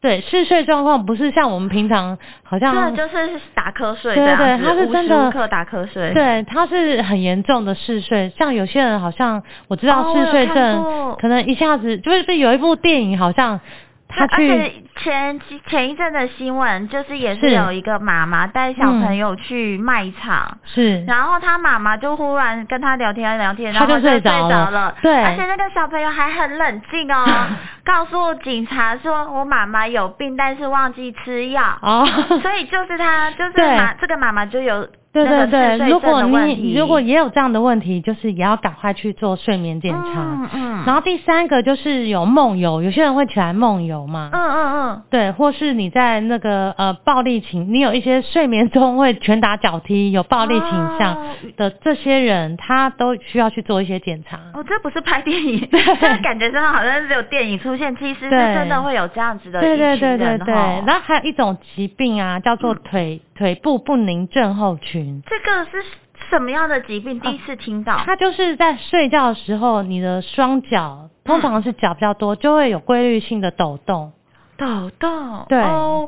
Speaker 3: 对，嗜睡状况不是像我们平常好像
Speaker 2: 这啊就是打瞌睡这
Speaker 3: 对
Speaker 2: 样
Speaker 3: 对
Speaker 2: 子
Speaker 3: 他是
Speaker 2: 无
Speaker 3: 真
Speaker 2: 时无
Speaker 3: 的
Speaker 2: 刻打瞌睡。
Speaker 3: 对，他是很严重的嗜睡，像有些人好像我知
Speaker 2: 哦
Speaker 3: 道
Speaker 2: 我有
Speaker 3: 嗜睡
Speaker 2: 看过
Speaker 3: 症，可能一下子就是不是有一部电影好像他
Speaker 2: 而
Speaker 3: 去
Speaker 2: 且前前一阵的新闻就是也是
Speaker 3: 是嗯
Speaker 2: 有一个妈妈带小朋友去卖场。
Speaker 3: 是
Speaker 2: 然后她妈妈就忽然跟她聊天聊天，然
Speaker 3: 她
Speaker 2: 后就
Speaker 3: 嗯就
Speaker 2: 睡
Speaker 3: 睡
Speaker 2: 着
Speaker 3: 着了
Speaker 2: 了。
Speaker 3: 对
Speaker 2: 而且那个小朋友还很冷静哦， 告诉警察说我妈妈有病，但是忘记吃药。
Speaker 3: 哦，
Speaker 2: 所以就是她，就是
Speaker 3: 对
Speaker 2: 妈这个妈妈就有
Speaker 3: 对
Speaker 2: 那个
Speaker 3: 对
Speaker 2: 嗜
Speaker 3: 对，
Speaker 2: 睡
Speaker 3: 如
Speaker 2: 症
Speaker 3: 果
Speaker 2: 的问题
Speaker 3: 你如果也有这样的问题，就是也要赶快去做睡眠检查。
Speaker 2: 嗯嗯，
Speaker 3: 然后第三个就是有梦游，有些人会起来梦游嘛。
Speaker 2: 嗯嗯
Speaker 3: 对，或是你在那个呃暴力倾，你有一些睡眠中会拳打脚踢、有暴力倾
Speaker 2: 哦
Speaker 3: 向的这些人，他都需要去做一些检查。
Speaker 2: 嗯，哦，这不是拍电 影，这感觉真的好像只有电影出现，其实是
Speaker 3: 对
Speaker 2: 真的会有这样子的
Speaker 3: 对对
Speaker 2: 一群
Speaker 3: 对对
Speaker 2: 人嗯
Speaker 3: 对，
Speaker 2: 哦
Speaker 3: 然后还有一种疾病啊，叫做腿、腿部不宁症候群，
Speaker 2: 这个是什么样的疾病？第一次听到。
Speaker 3: 它就是在睡觉的时候，你的双脚通常是脚比较多，就会有规律性的抖动。
Speaker 2: 抖动。
Speaker 3: 对
Speaker 2: 哦，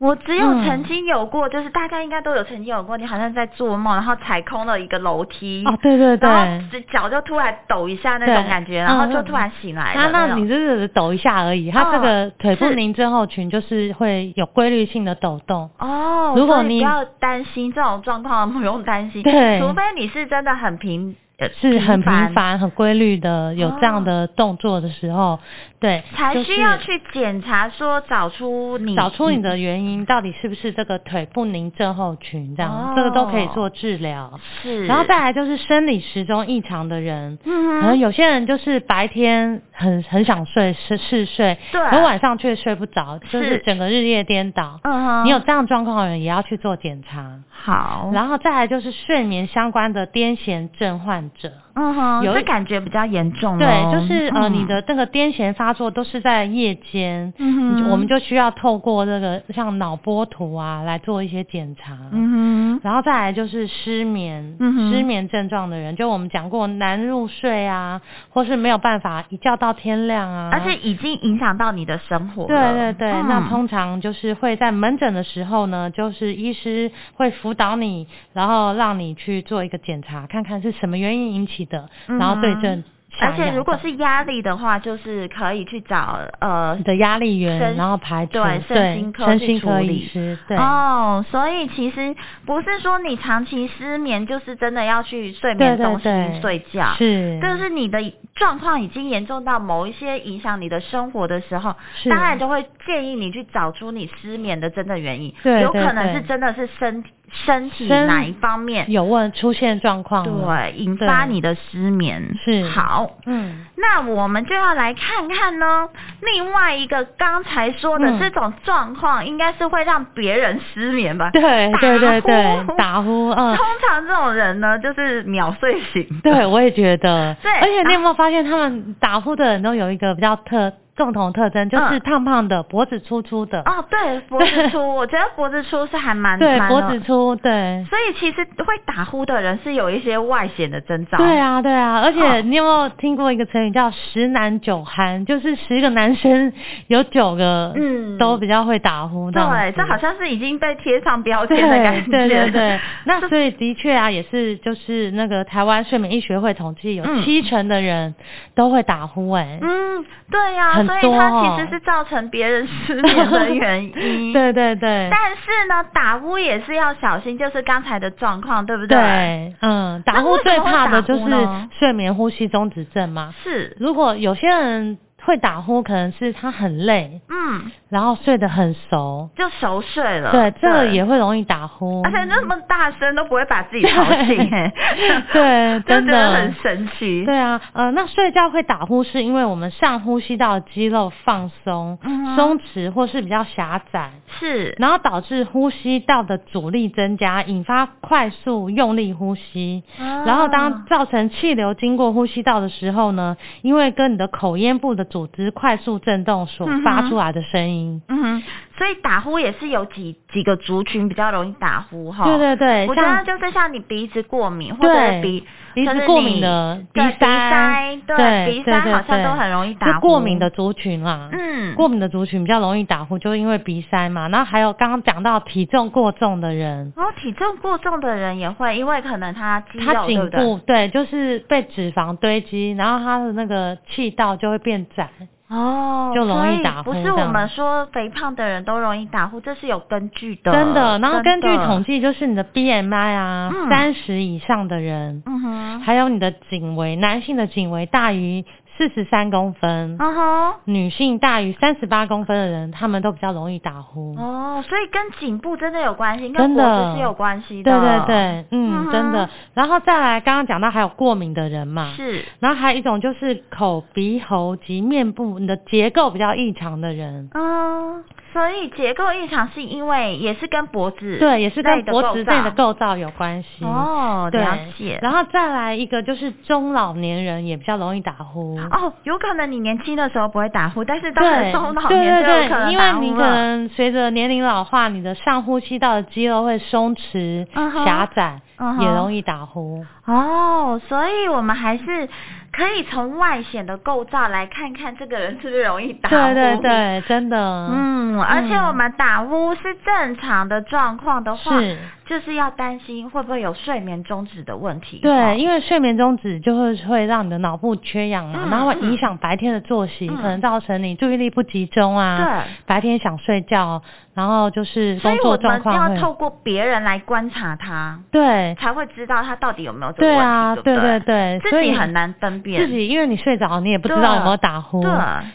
Speaker 2: 我只有
Speaker 3: 嗯
Speaker 2: 曾经有过，就是大家应该都有曾经有过，你好像在做梦，然后踩空了一个楼梯。
Speaker 3: 哦，对对
Speaker 2: 嗯
Speaker 3: 对。
Speaker 2: 然后脚就突然抖一下那种
Speaker 3: 对
Speaker 2: 感觉，
Speaker 3: 嗯
Speaker 2: 然后就突然醒来
Speaker 3: 那
Speaker 2: 了。
Speaker 3: 那你就是抖一下而已，
Speaker 2: 哦
Speaker 3: 它这个腿部
Speaker 2: 是
Speaker 3: 宁症候群就是会有规律性的抖动。
Speaker 2: 哦，
Speaker 3: 如果
Speaker 2: 所以
Speaker 3: 你
Speaker 2: 不要担心这种状况，不用担心。
Speaker 3: 对
Speaker 2: 除非你是真的很平，呃
Speaker 3: 是很
Speaker 2: 频
Speaker 3: 频繁、很规律的有这样的动作的时候，对，
Speaker 2: 才
Speaker 3: 就是
Speaker 2: 需要去检查，说找出你
Speaker 3: 找出你的原因，到底是不是这个腿不宁症候群这样，
Speaker 2: 哦
Speaker 3: 这个都可以做治疗。
Speaker 2: 是，
Speaker 3: 然后再来就是生理时钟异常的人，
Speaker 2: 嗯
Speaker 3: 可能有些人就是白天很很想睡，是嗜睡，
Speaker 2: 对
Speaker 3: 可晚上却睡不着，就是是整个日夜颠倒。
Speaker 2: 嗯哼，
Speaker 3: 你有这样状况的人也要去做检查。
Speaker 2: 好，
Speaker 3: 然后再来就是睡眠相关的癫痫症患者，
Speaker 2: 嗯哼，
Speaker 3: 有
Speaker 2: 这
Speaker 3: 一
Speaker 2: 感觉比较严重哦。
Speaker 3: 对，就是呃，
Speaker 2: 嗯
Speaker 3: 你的这个癫痫发作都是在夜间，
Speaker 2: 嗯哼
Speaker 3: 我们就需要透过这个像脑波图啊来做一些检查。
Speaker 2: 嗯哼，
Speaker 3: 然后再来就是失眠，
Speaker 2: 嗯哼
Speaker 3: 失眠症状的人，就我们讲过难入睡啊，或是没有办法一觉到天亮啊。
Speaker 2: 而且已经影响到你的生活了。
Speaker 3: 对对对，
Speaker 2: 嗯
Speaker 3: 那通常就是会在门诊的时候呢，就是医师会辅导你，然后让你去做一个检查，看看是什么原因引起的，然后对症
Speaker 2: 嗯而
Speaker 3: 下药的。
Speaker 2: 且如果是压力的话，就是可以去找呃
Speaker 3: 你的压力源，
Speaker 2: 身
Speaker 3: 然后排除
Speaker 2: 对身心科
Speaker 3: 身
Speaker 2: 去
Speaker 3: 心
Speaker 2: 处
Speaker 3: 科
Speaker 2: 理
Speaker 3: 医师，对，
Speaker 2: 哦，所以其实不是说你长期失眠，就是真的要去睡
Speaker 3: 对
Speaker 2: 眠
Speaker 3: 对
Speaker 2: 中
Speaker 3: 对
Speaker 2: 心睡觉。
Speaker 3: 是，
Speaker 2: 就是你的状况已经严重到某一些影响你的生活的时候，
Speaker 3: 是
Speaker 2: 当然就会建议你去找出你失眠的真的原因，
Speaker 3: 对
Speaker 2: 有
Speaker 3: 对
Speaker 2: 可能是
Speaker 3: 对
Speaker 2: 真的是身身体
Speaker 3: 身
Speaker 2: 哪一方面
Speaker 3: 有问出现状况了，
Speaker 2: 对引发
Speaker 3: 对
Speaker 2: 你的失眠。
Speaker 3: 是
Speaker 2: 好，
Speaker 3: 嗯，
Speaker 2: 那我们就要来看看呢，另外一个刚才说的
Speaker 3: 嗯
Speaker 2: 这种状况，应该是会让别人失眠吧？
Speaker 3: 对对对
Speaker 2: 打呼
Speaker 3: 对，打呼，嗯
Speaker 2: 通，常这种人呢，就是秒睡 醒。
Speaker 3: 对，我也觉得，
Speaker 2: 对啊
Speaker 3: 而且你有没有发现他们打呼的人都有一个比较特共同特征，就是
Speaker 2: 嗯
Speaker 3: 胖胖的，脖子粗粗的，
Speaker 2: 哦，对，脖子粗，我觉得脖子粗是还蛮
Speaker 3: 对，
Speaker 2: 蛮
Speaker 3: 脖
Speaker 2: 的
Speaker 3: 子粗，对。
Speaker 2: 所以其实会打呼的人是有一些外显的征兆。
Speaker 3: 对，啊，对啊，而且
Speaker 2: 哦
Speaker 3: 你有没有听过一个成语叫“十男九憨”，就是十个男生有九个
Speaker 2: 嗯
Speaker 3: 都比较会打呼这样子。
Speaker 2: 对，这好像是已经被贴上标
Speaker 3: 对
Speaker 2: 签的感觉。
Speaker 3: 对 对对，那
Speaker 2: 这
Speaker 3: 所以的确啊，也是就是那个台湾睡眠医学会统计，有
Speaker 2: 嗯
Speaker 3: 七成的人都会打呼哎、
Speaker 2: 嗯，对呀、
Speaker 3: 很
Speaker 2: 所以
Speaker 3: 多
Speaker 2: 它
Speaker 3: 哦
Speaker 2: 其实是造成别人失眠的原因。
Speaker 3: 对对对，
Speaker 2: 但是呢，打呼也是要小心，就是刚才的状况，对不对？，
Speaker 3: 对，嗯，打呼
Speaker 2: 为什
Speaker 3: 最
Speaker 2: 么会
Speaker 3: 怕的
Speaker 2: 打
Speaker 3: 就
Speaker 2: 呼
Speaker 3: 是
Speaker 2: 呢
Speaker 3: 睡眠呼吸中止症嘛。
Speaker 2: 是，
Speaker 3: 如果有些人会打呼，可能是他很累，
Speaker 2: 嗯，
Speaker 3: 然后睡得很熟，
Speaker 2: 就熟睡了。
Speaker 3: 对，这个也会容易打呼
Speaker 2: 而。且那么大声都不会把自己吵醒、欸，
Speaker 3: 对
Speaker 2: 就
Speaker 3: 真
Speaker 2: 觉得
Speaker 3: 的
Speaker 2: 很神奇。
Speaker 3: 对啊，呃，那睡觉会打呼是因为我们上呼吸道的肌肉放松、
Speaker 2: 嗯哼
Speaker 3: 松弛或是比较狭窄，
Speaker 2: 是，
Speaker 3: 然后导致呼吸道的阻力增加，引发快速用力呼吸。然后
Speaker 2: 啊
Speaker 3: 当造成气流经过呼吸道的时候呢，因为跟你的口咽部的组织快速震动所发出来的声音。
Speaker 2: 嗯哼，所以打呼也是有几几个族群比较容易打呼哈。
Speaker 3: 嗯对对对，
Speaker 2: 我觉得
Speaker 3: 像
Speaker 2: 就是像你鼻子过敏或者
Speaker 3: 对
Speaker 2: 是鼻
Speaker 3: 鼻
Speaker 2: 就
Speaker 3: 子
Speaker 2: 是
Speaker 3: 过
Speaker 2: 你
Speaker 3: 敏的鼻
Speaker 2: 对
Speaker 3: 塞，
Speaker 2: 鼻塞对鼻塞好像都很容易打
Speaker 3: 就
Speaker 2: 呼
Speaker 3: 过敏的族群啦。
Speaker 2: 嗯
Speaker 3: 过敏的族群比较容易打呼，就是因为鼻塞嘛。然后还有刚刚讲到体重过重的人，
Speaker 2: 然后体重过重的人也会，因为可能他肌
Speaker 3: 他
Speaker 2: 肉对
Speaker 3: 颈
Speaker 2: 不对？
Speaker 3: 部对就是被脂肪堆积，然后他的那个气道就会变窄。
Speaker 2: 哦，
Speaker 3: 就容易
Speaker 2: 所以
Speaker 3: 打呼
Speaker 2: 不
Speaker 3: 这
Speaker 2: 是
Speaker 3: 样
Speaker 2: 我们说肥胖的人都容易打呼，这是有根据的。
Speaker 3: 真的，然后根据
Speaker 2: 真的
Speaker 3: 统，计，就是你的 BMI 啊，
Speaker 2: 嗯
Speaker 3: 三十、以上的人，
Speaker 2: 嗯哼，
Speaker 3: 还有你的颈围，男性的颈围大于四十三公分，
Speaker 2: 嗯哼。
Speaker 3: 女性大于三十八公分的人，他们都比较容易打呼。
Speaker 2: 哦，所以跟颈部真的有关系，跟
Speaker 3: 真的
Speaker 2: 脖子是有关系
Speaker 3: 对对
Speaker 2: 的。
Speaker 3: 对，
Speaker 2: 嗯
Speaker 3: 嗯，
Speaker 2: 哼
Speaker 3: 真的。然后再来，刚刚讲到还有过敏的人嘛，
Speaker 2: 是，
Speaker 3: 然后还有一种就是口鼻喉及面部你的结构比较异常的人。
Speaker 2: 嗯，所以结构异常是因为也是跟脖子
Speaker 3: 对，也是跟
Speaker 2: 内的
Speaker 3: 脖子
Speaker 2: 构造
Speaker 3: 内的构造有关系。
Speaker 2: 哦，
Speaker 3: 对
Speaker 2: 了解。
Speaker 3: 然后再来一个就是中老年人也比较容易打呼。
Speaker 2: 哦，有可能你年轻的时候不会打呼，但是
Speaker 3: 对
Speaker 2: 到了中老
Speaker 3: 对
Speaker 2: 年就
Speaker 3: 对
Speaker 2: 有可
Speaker 3: 对，
Speaker 2: 能
Speaker 3: 因
Speaker 2: 打
Speaker 3: 为
Speaker 2: 呼
Speaker 3: 你可
Speaker 2: 了
Speaker 3: 能随着年龄老化，你的上呼吸道的肌肉会松弛、
Speaker 2: 嗯哼
Speaker 3: 狭窄
Speaker 2: 嗯哼
Speaker 3: 也容易打呼。
Speaker 2: 哦，所以我们还是可以从外显的构造来看看这个人是不是容易打呼。
Speaker 3: 对对。对，真的，
Speaker 2: 嗯，而且我们打呼是正常的状况的话，
Speaker 3: 是
Speaker 2: 就是要担心会不会有睡眠终止的问题。哦
Speaker 3: 对，因为睡眠中止就会会让你的脑部缺氧嘛，
Speaker 2: 嗯
Speaker 3: 然后会影响白天的作息，
Speaker 2: 嗯
Speaker 3: 可能造成你注意力不集中啊，
Speaker 2: 对
Speaker 3: 白天想睡觉，然后就是
Speaker 2: 所
Speaker 3: 工
Speaker 2: 以我
Speaker 3: 作状
Speaker 2: 们
Speaker 3: 况
Speaker 2: 要
Speaker 3: 会
Speaker 2: 透过别人来观察他，
Speaker 3: 对
Speaker 2: 才会知道他到底有没有这个
Speaker 3: 对
Speaker 2: 问题，
Speaker 3: 啊，
Speaker 2: 对不对
Speaker 3: 对对，所
Speaker 2: 自
Speaker 3: 以
Speaker 2: 己很难分辨。
Speaker 3: 自己因为你睡着，你也不知道有没有打呼。嗯
Speaker 2: 对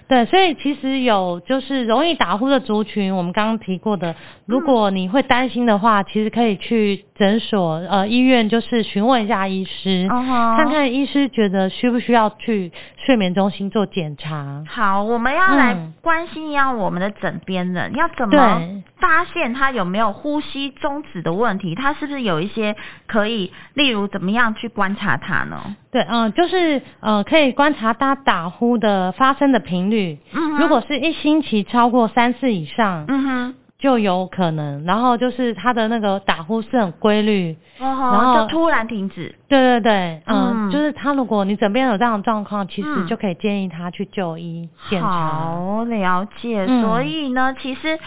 Speaker 3: 对所以其实有就是容易打呼的族群，我们刚刚提过的，如
Speaker 2: 嗯
Speaker 3: 果你会担心的话，其实可以去诊所、呃医院，就是询问一下医师
Speaker 2: 嗯哼
Speaker 3: 看看医师觉得需不需要去睡眠中心做检查。
Speaker 2: 好，我们要来
Speaker 3: 嗯
Speaker 2: 关心一下我们的枕边人，要怎
Speaker 3: 对
Speaker 2: 么发现他有没有呼吸终止的问题？他是不是有一些可以，例如怎么样去观察他呢？
Speaker 3: 对，嗯、就是呃，可以观察他打呼的发生的频率。
Speaker 2: 嗯哼
Speaker 3: 如果是一星期超过三次以上，
Speaker 2: 嗯哼，
Speaker 3: 就有可能。然后就是他的那个打呼是很规律，
Speaker 2: 哦
Speaker 3: 然
Speaker 2: 吼，
Speaker 3: 后
Speaker 2: 就突然停止。
Speaker 3: 对对对，嗯，
Speaker 2: 嗯
Speaker 3: 就是他如果你枕边有这样的状况，其实
Speaker 2: 嗯
Speaker 3: 就可以建议他去就医检查。
Speaker 2: 好，了解。
Speaker 3: 嗯
Speaker 2: 所以呢，其实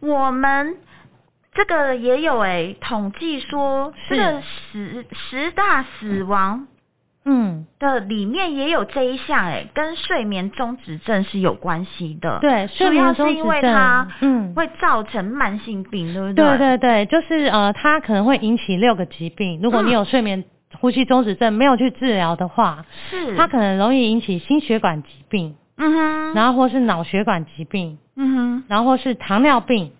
Speaker 2: 我们。这个哎也有诶、统计说
Speaker 3: 是
Speaker 2: 这个十十大死亡
Speaker 3: 嗯，
Speaker 2: 的里面也有这一项，哎，跟睡眠中止症是有关系的。，
Speaker 3: 对，
Speaker 2: 呃主
Speaker 3: 睡
Speaker 2: 要
Speaker 3: 眠
Speaker 2: 是
Speaker 3: 中
Speaker 2: 因
Speaker 3: 止
Speaker 2: 为它
Speaker 3: 症，嗯，
Speaker 2: 会造成慢性病，对不
Speaker 3: 对
Speaker 2: 对
Speaker 3: 对对，就是呃，它可能会引起六个疾病。如果你有睡眠呼吸中止症没有去治疗的话，
Speaker 2: 是。
Speaker 3: 它可能容易引起心血管疾病，
Speaker 2: 嗯哼，
Speaker 3: 然后或是脑血管疾病，
Speaker 2: 嗯
Speaker 3: 然后或是糖尿病，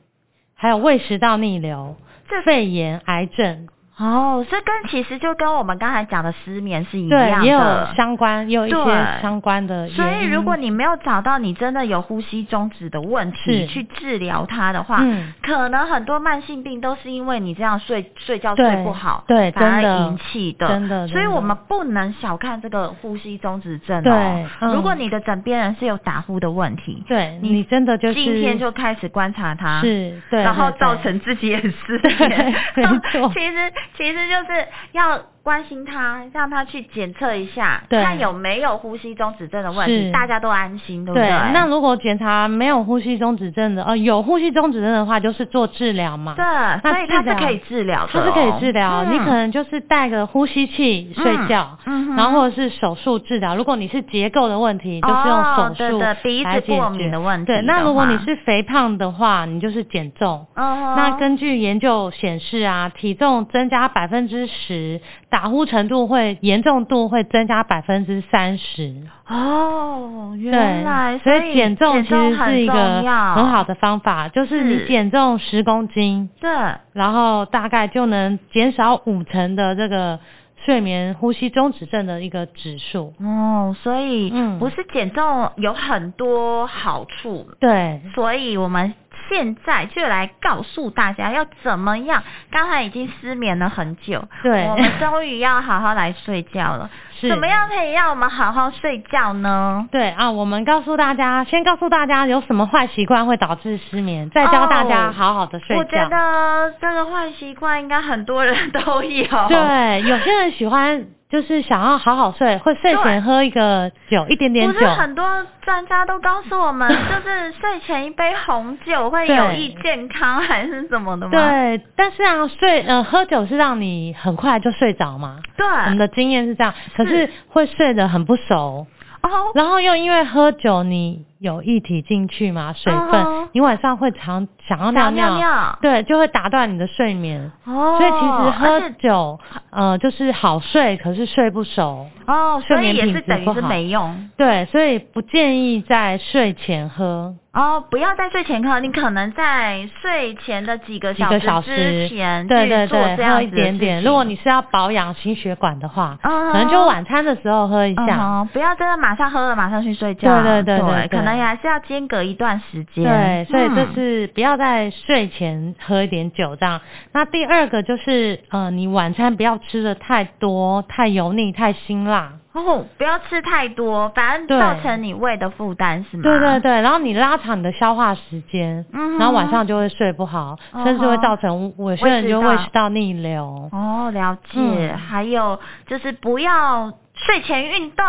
Speaker 3: 还有胃食道逆流、肺炎、癌症，
Speaker 2: 哼，哦，这跟其实就跟我们刚才讲的失眠是一
Speaker 3: 对
Speaker 2: 样，
Speaker 3: 也有
Speaker 2: 的。
Speaker 3: 相关，也有一
Speaker 2: 对
Speaker 3: 些相关的
Speaker 2: 所
Speaker 3: 呃原
Speaker 2: 以，
Speaker 3: 因。
Speaker 2: 如果你没有找到你真的有呼吸中止的问题
Speaker 3: 是
Speaker 2: 去治疗它的话，
Speaker 3: 嗯
Speaker 2: 可能很多慢性病都是因为你这样睡睡觉
Speaker 3: 对
Speaker 2: 睡不好，
Speaker 3: 对
Speaker 2: 反而
Speaker 3: 真的
Speaker 2: 引起的。
Speaker 3: 真的，
Speaker 2: 所以
Speaker 3: 真
Speaker 2: 我
Speaker 3: 的
Speaker 2: 们不能小看这个呼吸中止症哦。
Speaker 3: 对嗯
Speaker 2: 如果你的枕边人是有打呼的问题，
Speaker 3: 对
Speaker 2: 你
Speaker 3: 你真的就是
Speaker 2: 今天就开始观察他，
Speaker 3: 是对，
Speaker 2: 然后
Speaker 3: 对
Speaker 2: 造
Speaker 3: 对
Speaker 2: 成自己也失
Speaker 3: 对
Speaker 2: 眠。
Speaker 3: 没错
Speaker 2: 其实其实就是要关心他，让他去检测一下，
Speaker 3: 对
Speaker 2: 看有没有呼吸中止症的问题，
Speaker 3: 是
Speaker 2: 大家都安心，对不
Speaker 3: 对，那
Speaker 2: 对，
Speaker 3: 如果检查没有呼吸中止症的，呃，有呼吸中止症的话，就是做治疗嘛。
Speaker 2: 对，所以
Speaker 3: 治
Speaker 2: 它是
Speaker 3: 疗
Speaker 2: 可以治疗的、哦，
Speaker 3: 它是可以治疗，
Speaker 2: 嗯
Speaker 3: 你可能就是带个呼吸器睡觉，
Speaker 2: 嗯哼
Speaker 3: 然后或者是手术治疗。如果你是结构的问题，就是用
Speaker 2: 哦
Speaker 3: 手
Speaker 2: 对
Speaker 3: 术
Speaker 2: 对鼻子
Speaker 3: 来解
Speaker 2: 过敏
Speaker 3: 决
Speaker 2: 的问题
Speaker 3: 对，那
Speaker 2: 的
Speaker 3: 如果你
Speaker 2: 话
Speaker 3: 是肥胖的话，你就是减重。
Speaker 2: 嗯哼
Speaker 3: 那根据研究显示啊，体重增加百分之十，打呼程度会严重度会增加百分之三十。
Speaker 2: 哦，原来
Speaker 3: 对，所
Speaker 2: 以
Speaker 3: 减重其实是一个
Speaker 2: 很重要
Speaker 3: 很好的方法，就是
Speaker 2: 是
Speaker 3: 你减重十公斤，
Speaker 2: 对，
Speaker 3: 然后大概就能减少五成的这个睡眠呼吸中止症的一个指数。
Speaker 2: 哦，所以
Speaker 3: 嗯
Speaker 2: 不是减重有很多好处，
Speaker 3: 对，
Speaker 2: 所以我们现在就来告诉大家要怎么样。刚才已经失眠了很久，
Speaker 3: 对
Speaker 2: 我们终于要好好来睡觉了。
Speaker 3: 是
Speaker 2: 怎么样可以让我们好好睡觉呢？
Speaker 3: 对啊，我们告诉大家，先告诉大家有什么坏习惯会导致失眠，再教大
Speaker 2: 哦
Speaker 3: 家好好的睡
Speaker 2: 我
Speaker 3: 觉。
Speaker 2: 觉得这个坏习惯应该很多人都有。
Speaker 3: 对，有些人喜欢就是想要好好睡，会睡
Speaker 2: 对
Speaker 3: 前喝一个酒，一点点
Speaker 2: 不
Speaker 3: 酒。
Speaker 2: 是很多专家都告诉我 们，就是睡前一杯红酒会有益健康还是怎么的吗？
Speaker 3: 对，但是啊，睡呃喝酒是让你很快就睡着嘛，
Speaker 2: 对，
Speaker 3: 我们的经验是这样，可
Speaker 2: 是
Speaker 3: 是会睡得很不熟，
Speaker 2: 哦，
Speaker 3: 然后又因为喝酒你有液体进去嘛，水分，
Speaker 2: 嗯哼
Speaker 3: 你晚上会常想要尿
Speaker 2: 想尿尿
Speaker 3: 对，就会打断你的睡眠。
Speaker 2: 哦，
Speaker 3: 所以其实
Speaker 2: 而
Speaker 3: 喝
Speaker 2: 且
Speaker 3: 酒，呃，就是好睡，可是睡不熟。
Speaker 2: 哦，所
Speaker 3: 睡
Speaker 2: 以
Speaker 3: 眠
Speaker 2: 也
Speaker 3: 品
Speaker 2: 是
Speaker 3: 质
Speaker 2: 等于
Speaker 3: 不
Speaker 2: 是
Speaker 3: 好
Speaker 2: 没用
Speaker 3: 对，所以不建议在睡前喝。
Speaker 2: 哦，不要在睡前喝，你可能在睡前的几个
Speaker 3: 几
Speaker 2: 小
Speaker 3: 个
Speaker 2: 时
Speaker 3: 小
Speaker 2: 之
Speaker 3: 时，
Speaker 2: 前
Speaker 3: 对
Speaker 2: 去
Speaker 3: 对
Speaker 2: 做
Speaker 3: 对，
Speaker 2: 这
Speaker 3: 喝
Speaker 2: 样
Speaker 3: 一
Speaker 2: 子的
Speaker 3: 点
Speaker 2: 事
Speaker 3: 点。
Speaker 2: 情
Speaker 3: 如果你是要保养心血管的话，
Speaker 2: 嗯
Speaker 3: 可能就晚餐的时候喝一
Speaker 2: 嗯
Speaker 3: 下。
Speaker 2: 哼不要真的马上喝了马上去睡觉，
Speaker 3: 对对对对
Speaker 2: 对，
Speaker 3: 对
Speaker 2: 可能也还是要间隔一段时间。
Speaker 3: 对，所以就
Speaker 2: 嗯
Speaker 3: 是不要在睡前喝一点酒这样。那第二个就是，呃，你晚餐不要吃的太多、太油腻、太辛辣。
Speaker 2: 哦，不要吃太多，反正
Speaker 3: 对
Speaker 2: 造成你胃的负担是吗？
Speaker 3: 对对对，然后你拉长你的消化时间，
Speaker 2: 嗯哼
Speaker 3: 然后晚上就会睡不好，
Speaker 2: 嗯哼
Speaker 3: 甚至会造成有些人就
Speaker 2: 胃
Speaker 3: 胃
Speaker 2: 食道
Speaker 3: 食道逆流。
Speaker 2: 哦，了解。
Speaker 3: 嗯
Speaker 2: 还有就是不要睡前运动，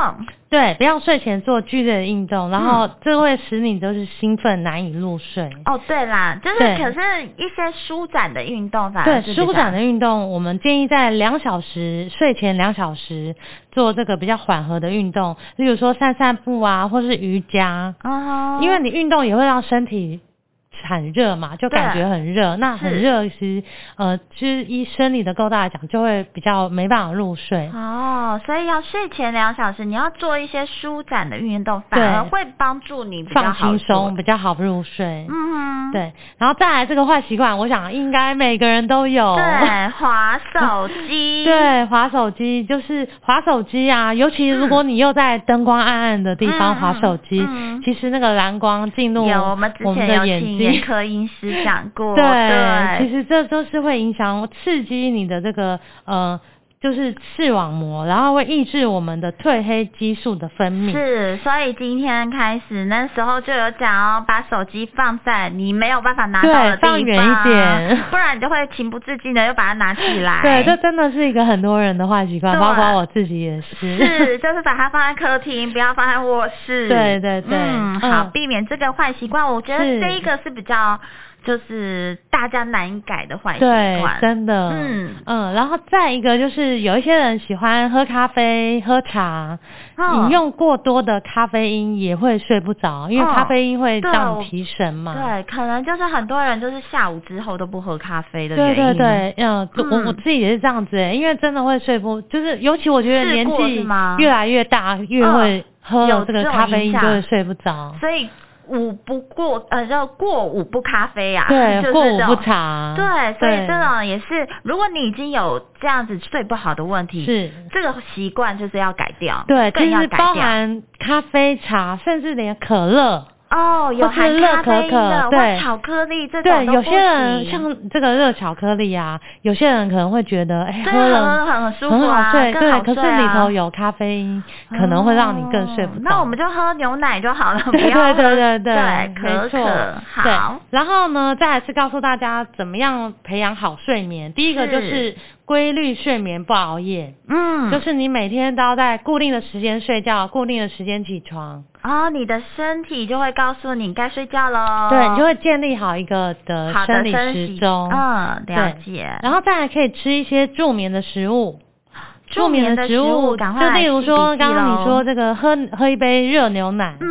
Speaker 3: 对，不要睡前做剧烈的运动，然后这会使你就是兴奋难以入睡。
Speaker 2: 嗯哦，对啦，就是
Speaker 3: 对
Speaker 2: 可是一些舒展的运动反而
Speaker 3: 对
Speaker 2: 是，比较
Speaker 3: 舒展的运动，我们建议在两小时睡前两小时做这个比较缓和的运动，例如说散散步啊，或是瑜伽，
Speaker 2: 哦，
Speaker 3: 因为你运动也会让身体产热嘛，就感
Speaker 2: 对
Speaker 3: 觉很热。那
Speaker 2: 是
Speaker 3: 很热，其实呃，就是以生理的构造来讲，就会比较没办法入睡。
Speaker 2: 哦，所以要睡前两小时，你要做一些舒展的运动，反
Speaker 3: 对
Speaker 2: 而会帮助你比较
Speaker 3: 放
Speaker 2: 好
Speaker 3: 轻松
Speaker 2: 睡。
Speaker 3: 比较好入睡，
Speaker 2: 嗯哼，
Speaker 3: 对。然后再来这个坏习惯，我想应该每个人都有。
Speaker 2: 对，滑手机，
Speaker 3: 哦 对，滑手机就是滑手机啊，尤其如果你又在灯光暗暗的地
Speaker 2: 嗯
Speaker 3: 方滑手机，
Speaker 2: 嗯嗯
Speaker 3: 其实那个蓝光进入
Speaker 2: 有我们之
Speaker 3: 我们
Speaker 2: 前有
Speaker 3: 的眼
Speaker 2: 请
Speaker 3: 睛
Speaker 2: 眼，科医师讲过，
Speaker 3: 对，
Speaker 2: 对，
Speaker 3: 其实这都是会影响、刺激你的这个呃，就是视网膜，然后会抑制我们的褪黑激素的分
Speaker 2: 嗯
Speaker 3: 泌。
Speaker 2: 是，啊所以今天开始那时候就有讲哦，把手机放在你没有办法拿到
Speaker 3: 对
Speaker 2: 的地方，
Speaker 3: 放远一 点
Speaker 2: 不然你就会情不自禁的又把它拿起来。
Speaker 3: 对，这真的是一个很多人的坏习惯，
Speaker 2: 对
Speaker 3: 包括我自己也 是。
Speaker 2: 是，啊就是把它放在客厅，不要放在卧室。
Speaker 3: 对对对
Speaker 2: 嗯，好，
Speaker 3: 嗯
Speaker 2: 避免这个坏习惯。我觉得
Speaker 3: 是
Speaker 2: 这一个是比较就是大家难以改的坏习
Speaker 3: 对，
Speaker 2: 惯。
Speaker 3: 真的，
Speaker 2: 嗯
Speaker 3: 嗯，然后再一个就是有一些人喜欢喝咖啡、喝茶，
Speaker 2: 哦
Speaker 3: 饮用过多的咖啡因也会睡不着，因为
Speaker 2: 哦
Speaker 3: 咖啡因会
Speaker 2: 对
Speaker 3: 让
Speaker 2: 我
Speaker 3: 你提神嘛。
Speaker 2: 对，可能就是很多人就是下午之后都不喝咖啡的原
Speaker 3: 对
Speaker 2: 因。
Speaker 3: 对对，嗯，我
Speaker 2: 嗯
Speaker 3: 我自己也是这样子、欸，因为真的会睡不，就是尤其我觉得
Speaker 2: 试
Speaker 3: 年
Speaker 2: 过是
Speaker 3: 纪
Speaker 2: 吗
Speaker 3: 越来越大，越
Speaker 2: 嗯
Speaker 3: 会喝
Speaker 2: 有
Speaker 3: 了这个
Speaker 2: 这种
Speaker 3: 咖啡
Speaker 2: 影
Speaker 3: 因就会
Speaker 2: 响
Speaker 3: 睡不着。
Speaker 2: 所以午不过呃，叫过午不咖啡啊， 就是
Speaker 3: 对，过午
Speaker 2: 这
Speaker 3: 不
Speaker 2: 种
Speaker 3: 茶。
Speaker 2: 对，所以
Speaker 3: 对
Speaker 2: 这种也是，如果你已经有这样子睡不好的问题，
Speaker 3: 是
Speaker 2: 这个习惯就是要改掉，
Speaker 3: 对，
Speaker 2: 更
Speaker 3: 其
Speaker 2: 要
Speaker 3: 实
Speaker 2: 改
Speaker 3: 包
Speaker 2: 掉。
Speaker 3: 含咖啡、茶，甚至连可乐。
Speaker 2: 哦，有
Speaker 3: 或是
Speaker 2: 含
Speaker 3: 乐
Speaker 2: 咖啡因
Speaker 3: 可可
Speaker 2: 的或
Speaker 3: 对
Speaker 2: 巧克力这
Speaker 3: 对，
Speaker 2: 种都
Speaker 3: 有
Speaker 2: 不
Speaker 3: 些人
Speaker 2: 行
Speaker 3: 像这个热巧克力啊，有些人可能会觉得，哎、
Speaker 2: 对
Speaker 3: 喝
Speaker 2: 啊
Speaker 3: 了
Speaker 2: 很很舒服
Speaker 3: 很
Speaker 2: 啊
Speaker 3: 好睡，
Speaker 2: 更
Speaker 3: 对，
Speaker 2: 好
Speaker 3: 可是
Speaker 2: 睡啊
Speaker 3: 里头有咖啡因，可能会让你更睡不
Speaker 2: 哦
Speaker 3: 着。
Speaker 2: 那我们就喝牛奶就 好了，不
Speaker 3: 对
Speaker 2: 要
Speaker 3: 对
Speaker 2: 喝
Speaker 3: 对对
Speaker 2: 对，可
Speaker 3: 没错
Speaker 2: 可，
Speaker 3: 对
Speaker 2: 好，
Speaker 3: 然后呢，再来是告诉大家怎么样培养好睡眠。第一个就是是规律睡眠，不熬夜，
Speaker 2: 嗯，
Speaker 3: 就是你每天都要在固定的时间睡觉，固定的时间起床。
Speaker 2: 哦，你的身体就会告诉你该睡觉喽，
Speaker 3: 对，你就会建立好一个的
Speaker 2: 哦好的
Speaker 3: 生理
Speaker 2: 习
Speaker 3: 时钟。
Speaker 2: 嗯，了
Speaker 3: 对
Speaker 2: 解。
Speaker 3: 然后再来可以吃一些助眠的食物，
Speaker 2: 助眠的
Speaker 3: 食
Speaker 2: 食物赶快
Speaker 3: 就
Speaker 2: 来
Speaker 3: 例如
Speaker 2: 记
Speaker 3: 说
Speaker 2: 笔记
Speaker 3: 刚刚
Speaker 2: 咯
Speaker 3: 你说这个喝喝一杯热牛奶，
Speaker 2: 嗯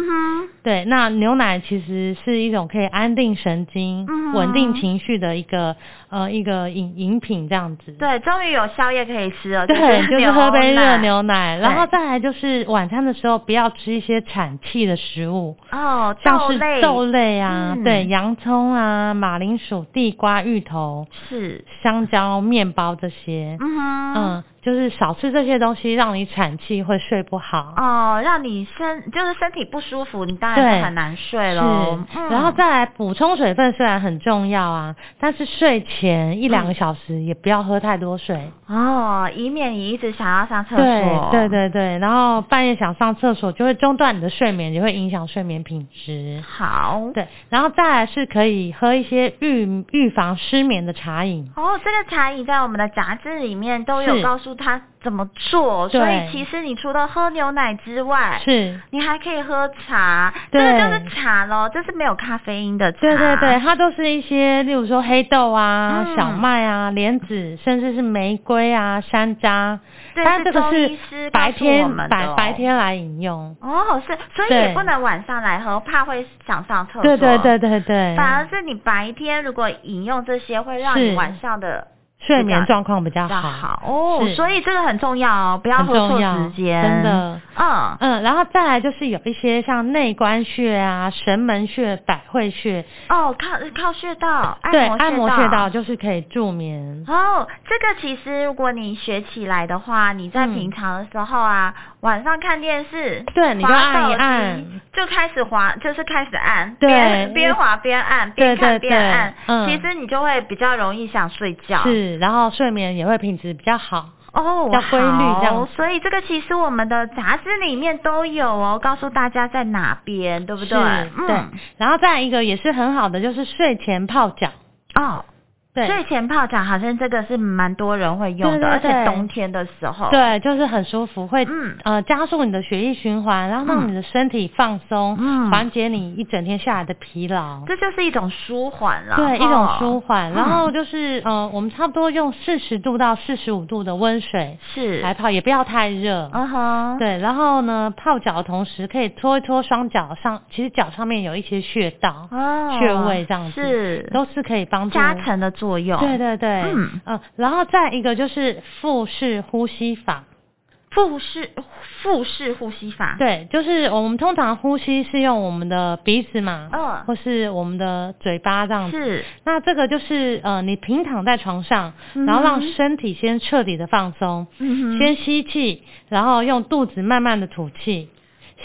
Speaker 3: 对，那牛奶其实是一种可以安定神经、
Speaker 2: 嗯
Speaker 3: 稳定情绪的一个呃一个饮饮品这样子。
Speaker 2: 哼，。对，终于有宵夜可以吃了，
Speaker 3: 对，就是喝杯热
Speaker 2: 牛
Speaker 3: 牛奶，
Speaker 2: 对
Speaker 3: 然后再来就是晚餐的时候不要吃一些产气的食物，
Speaker 2: 奶哦，
Speaker 3: 像
Speaker 2: 豆
Speaker 3: 是
Speaker 2: 类
Speaker 3: 豆类啊，
Speaker 2: 嗯
Speaker 3: 对，洋葱啊、马铃薯、地瓜、芋头、
Speaker 2: 是，
Speaker 3: 香蕉、面包这些。
Speaker 2: 嗯哼，
Speaker 3: 嗯，就是少吃这些东西，让你产气会睡不好。
Speaker 2: 哦，让你身就是身体不舒服，你当然
Speaker 3: 对
Speaker 2: 就很难睡
Speaker 3: 是
Speaker 2: 喽。，
Speaker 3: 然后
Speaker 2: 嗯
Speaker 3: 再来补充水分虽然很重要啊，但是睡前一两个小时也不要喝太多水。
Speaker 2: 哦，以免你一直想要上嗯厕所，
Speaker 3: 对对对对，然后半夜想上厕所就会中断你的睡眠，也会影响睡眠品质。
Speaker 2: 好。
Speaker 3: 对，然后再来是可以喝一些预预防失眠的茶饮。
Speaker 2: 哦，这个茶饮在我们的杂志里面都有
Speaker 3: 是
Speaker 2: 告诉他怎么做，所以
Speaker 3: 对
Speaker 2: 其实你除了喝牛奶之外，
Speaker 3: 是，
Speaker 2: 你还可以喝茶，这
Speaker 3: 对
Speaker 2: 个就是茶咯，这是没有咖啡因的茶。
Speaker 3: 对对对，，它都是一些，例如说黑豆啊、
Speaker 2: 啊嗯
Speaker 3: 小麦啊、莲子，甚至是玫瑰啊、山楂。
Speaker 2: 对
Speaker 3: 但这个
Speaker 2: 是中医
Speaker 3: 是
Speaker 2: 师
Speaker 3: 白
Speaker 2: 告诉我
Speaker 3: 天
Speaker 2: 们的
Speaker 3: 白
Speaker 2: 哦
Speaker 3: 白天来饮用。
Speaker 2: 哦，是，所以
Speaker 3: 对
Speaker 2: 也不能晚上来喝，怕会想上厕所。
Speaker 3: 对对对对对，
Speaker 2: 反而是你白天如果饮用这些，会让你
Speaker 3: 是
Speaker 2: 晚上的
Speaker 3: 睡眠状况比较
Speaker 2: 比较
Speaker 3: 好，
Speaker 2: 好哦。
Speaker 3: 是
Speaker 2: 所以这个很重要哦，不要
Speaker 3: 很
Speaker 2: 喝错
Speaker 3: 重要，
Speaker 2: 时间。
Speaker 3: 真，的。
Speaker 2: 嗯，
Speaker 3: 嗯，然后再来就是有一些像内关穴啊、神门穴、百会穴，
Speaker 2: 哦，靠靠穴道，
Speaker 3: 对，按摩穴
Speaker 2: 道
Speaker 3: 道。就是可以助眠。
Speaker 2: 哦，这个其实如果你学起来的话，你在
Speaker 3: 嗯
Speaker 2: 平常的时候啊，晚上看电视，
Speaker 3: 对你就
Speaker 2: 滑
Speaker 3: 按一
Speaker 2: 手机
Speaker 3: 按，
Speaker 2: 就开始滑，就是开始按，
Speaker 3: 对
Speaker 2: 边边滑边按，边
Speaker 3: 对
Speaker 2: 看
Speaker 3: 对
Speaker 2: 边按，
Speaker 3: 对嗯
Speaker 2: 其实你就会比较容易想睡觉。
Speaker 3: 是，然后睡眠也会品质比较好。
Speaker 2: 哦，
Speaker 3: 要规律这样
Speaker 2: 好
Speaker 3: 子
Speaker 2: 所以这个其实我们的杂志里面都有哦，告诉大家在哪边，对不对？
Speaker 3: 是对
Speaker 2: 嗯，，
Speaker 3: 然后再一个也是很好的，就是睡前泡脚。
Speaker 2: 哦，
Speaker 3: 对，
Speaker 2: 睡前泡脚好像这个是蛮多人会用的，
Speaker 3: 对对
Speaker 2: 而且
Speaker 3: 对
Speaker 2: 冬天的时候，
Speaker 3: 对，就是很舒服，会、
Speaker 2: 嗯
Speaker 3: 呃加速你的血液循环，然后让你的身体放松，
Speaker 2: 嗯
Speaker 3: 缓解你一整天下来的疲劳。
Speaker 2: 这就是一种舒缓了，
Speaker 3: 对，一种
Speaker 2: 哦
Speaker 3: 舒
Speaker 2: 嗯
Speaker 3: 缓，然后就是，呃，我们差不多用四十度到四十五度的温水
Speaker 2: 是，
Speaker 3: 来泡，也不要太热。
Speaker 2: 嗯哼，
Speaker 3: 对，然后呢，泡脚的同时可以搓一搓双脚上，其实脚上面有一些穴道、
Speaker 2: 哦，
Speaker 3: 穴位这样子，
Speaker 2: 是
Speaker 3: 都是可以帮助
Speaker 2: 加成的作用，
Speaker 3: 对，对对，
Speaker 2: 嗯
Speaker 3: 嗯、然后再一个就是腹式呼吸法，
Speaker 2: 腹式腹式呼吸法，
Speaker 3: 对，就是我们通常呼吸是用我们的鼻子嘛，
Speaker 2: 嗯
Speaker 3: 或是我们的嘴巴这样子。
Speaker 2: 是，
Speaker 3: 那这个就是呃，你平躺在床上，然后
Speaker 2: 嗯
Speaker 3: 让
Speaker 2: 哼
Speaker 3: 身体先彻底的放松，
Speaker 2: 嗯哼，
Speaker 3: 先吸气，然后用肚子慢慢的吐气。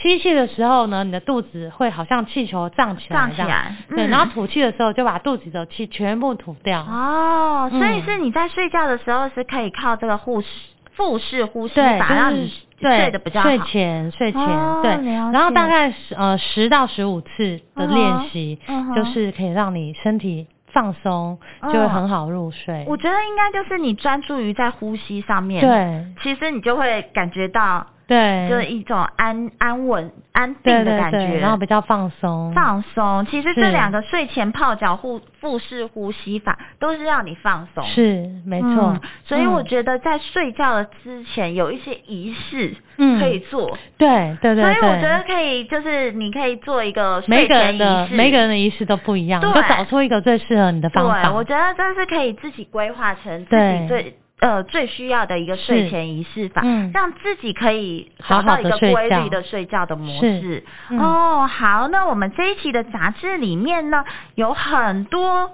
Speaker 3: 吸气的时候呢，你的肚子会好像气球胀起来
Speaker 2: 胀
Speaker 3: 这
Speaker 2: 起
Speaker 3: 样，
Speaker 2: 来，
Speaker 3: 对，
Speaker 2: 嗯
Speaker 3: 然后吐气的时候就把肚子的气全部吐掉。
Speaker 2: 哦，所以
Speaker 3: 嗯
Speaker 2: 是你在睡觉的时候是可以靠这个腹式腹式呼吸
Speaker 3: 对，
Speaker 2: 法让
Speaker 3: 就
Speaker 2: 你
Speaker 3: 是对
Speaker 2: 睡得比较好，
Speaker 3: 睡前睡前、
Speaker 2: 哦
Speaker 3: 对，
Speaker 2: 了
Speaker 3: 然后大
Speaker 2: 解
Speaker 3: 概是呃十到十五次的练习
Speaker 2: 嗯哼
Speaker 3: 就是可以让你身体放松，就会
Speaker 2: 嗯
Speaker 3: 很好入睡。
Speaker 2: 我觉得应该就是你专注于在呼吸上面，，
Speaker 3: 对
Speaker 2: 其实你就会感觉到
Speaker 3: 对，
Speaker 2: 就是一种安安稳、安定
Speaker 3: 哎对
Speaker 2: 的
Speaker 3: 对
Speaker 2: 感
Speaker 3: 对，然后
Speaker 2: 觉。
Speaker 3: 比较放松，
Speaker 2: 放松，其实这
Speaker 3: 是
Speaker 2: 两个睡前泡脚护腹式呼吸法都是让你放松。
Speaker 3: 是没错
Speaker 2: 嗯，所以我
Speaker 3: 嗯
Speaker 2: 觉得在睡觉的之前有一些仪式
Speaker 3: 嗯
Speaker 2: 可以做，
Speaker 3: 对对对
Speaker 2: 所
Speaker 3: 对，
Speaker 2: 以我觉得可以，就是你可以做一个睡
Speaker 3: 每个
Speaker 2: 前
Speaker 3: 人
Speaker 2: 仪
Speaker 3: 的
Speaker 2: 式。
Speaker 3: 每个人的仪式都不一样，你就
Speaker 2: 对
Speaker 3: 找出一个最适合你的
Speaker 2: 对
Speaker 3: 方法。，
Speaker 2: 我觉得这是可以自己规划成自己
Speaker 3: 对
Speaker 2: 最呃最需要的一个睡前仪式法，
Speaker 3: 嗯
Speaker 2: 让自己可以找
Speaker 3: 好好
Speaker 2: 到一
Speaker 3: 地
Speaker 2: 个
Speaker 3: 睡
Speaker 2: 规律
Speaker 3: 觉
Speaker 2: 的睡觉的模
Speaker 3: 是
Speaker 2: 式。
Speaker 3: 嗯
Speaker 2: 哦，好，那我们这一期的杂志里面呢，有很多。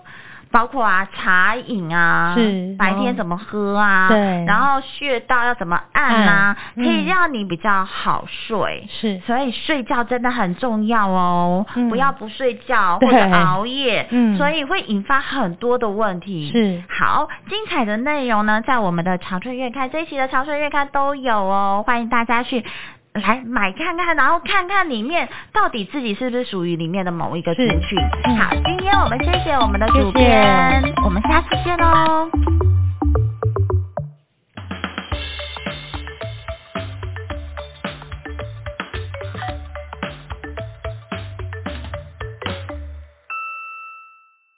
Speaker 2: 包括啊，茶饮啊，
Speaker 3: 是
Speaker 2: 白
Speaker 3: 然后
Speaker 2: 天怎么喝啊，
Speaker 3: 对
Speaker 2: 然后穴道要怎么按啊，
Speaker 3: 按
Speaker 2: 可以
Speaker 3: 嗯
Speaker 2: 让你比较好睡。
Speaker 3: 是
Speaker 2: 所以睡觉真的很重要哦，
Speaker 3: 嗯
Speaker 2: 不要不睡觉或者
Speaker 3: 对
Speaker 2: 熬夜，
Speaker 3: 嗯
Speaker 2: 所以会引发很多的问题。
Speaker 3: 是
Speaker 2: 好，精彩的内容呢，在我们的长春月刊这一期的长春月刊都有哦，欢迎大家去。来买看看，然后看看里面到底自己是不是属于里面的某一个族
Speaker 3: 是
Speaker 2: 群。
Speaker 3: 嗯
Speaker 2: 好，今天我们谢谢我们的
Speaker 3: 谢
Speaker 2: 主
Speaker 3: 谢
Speaker 2: 编，我们下次见哦。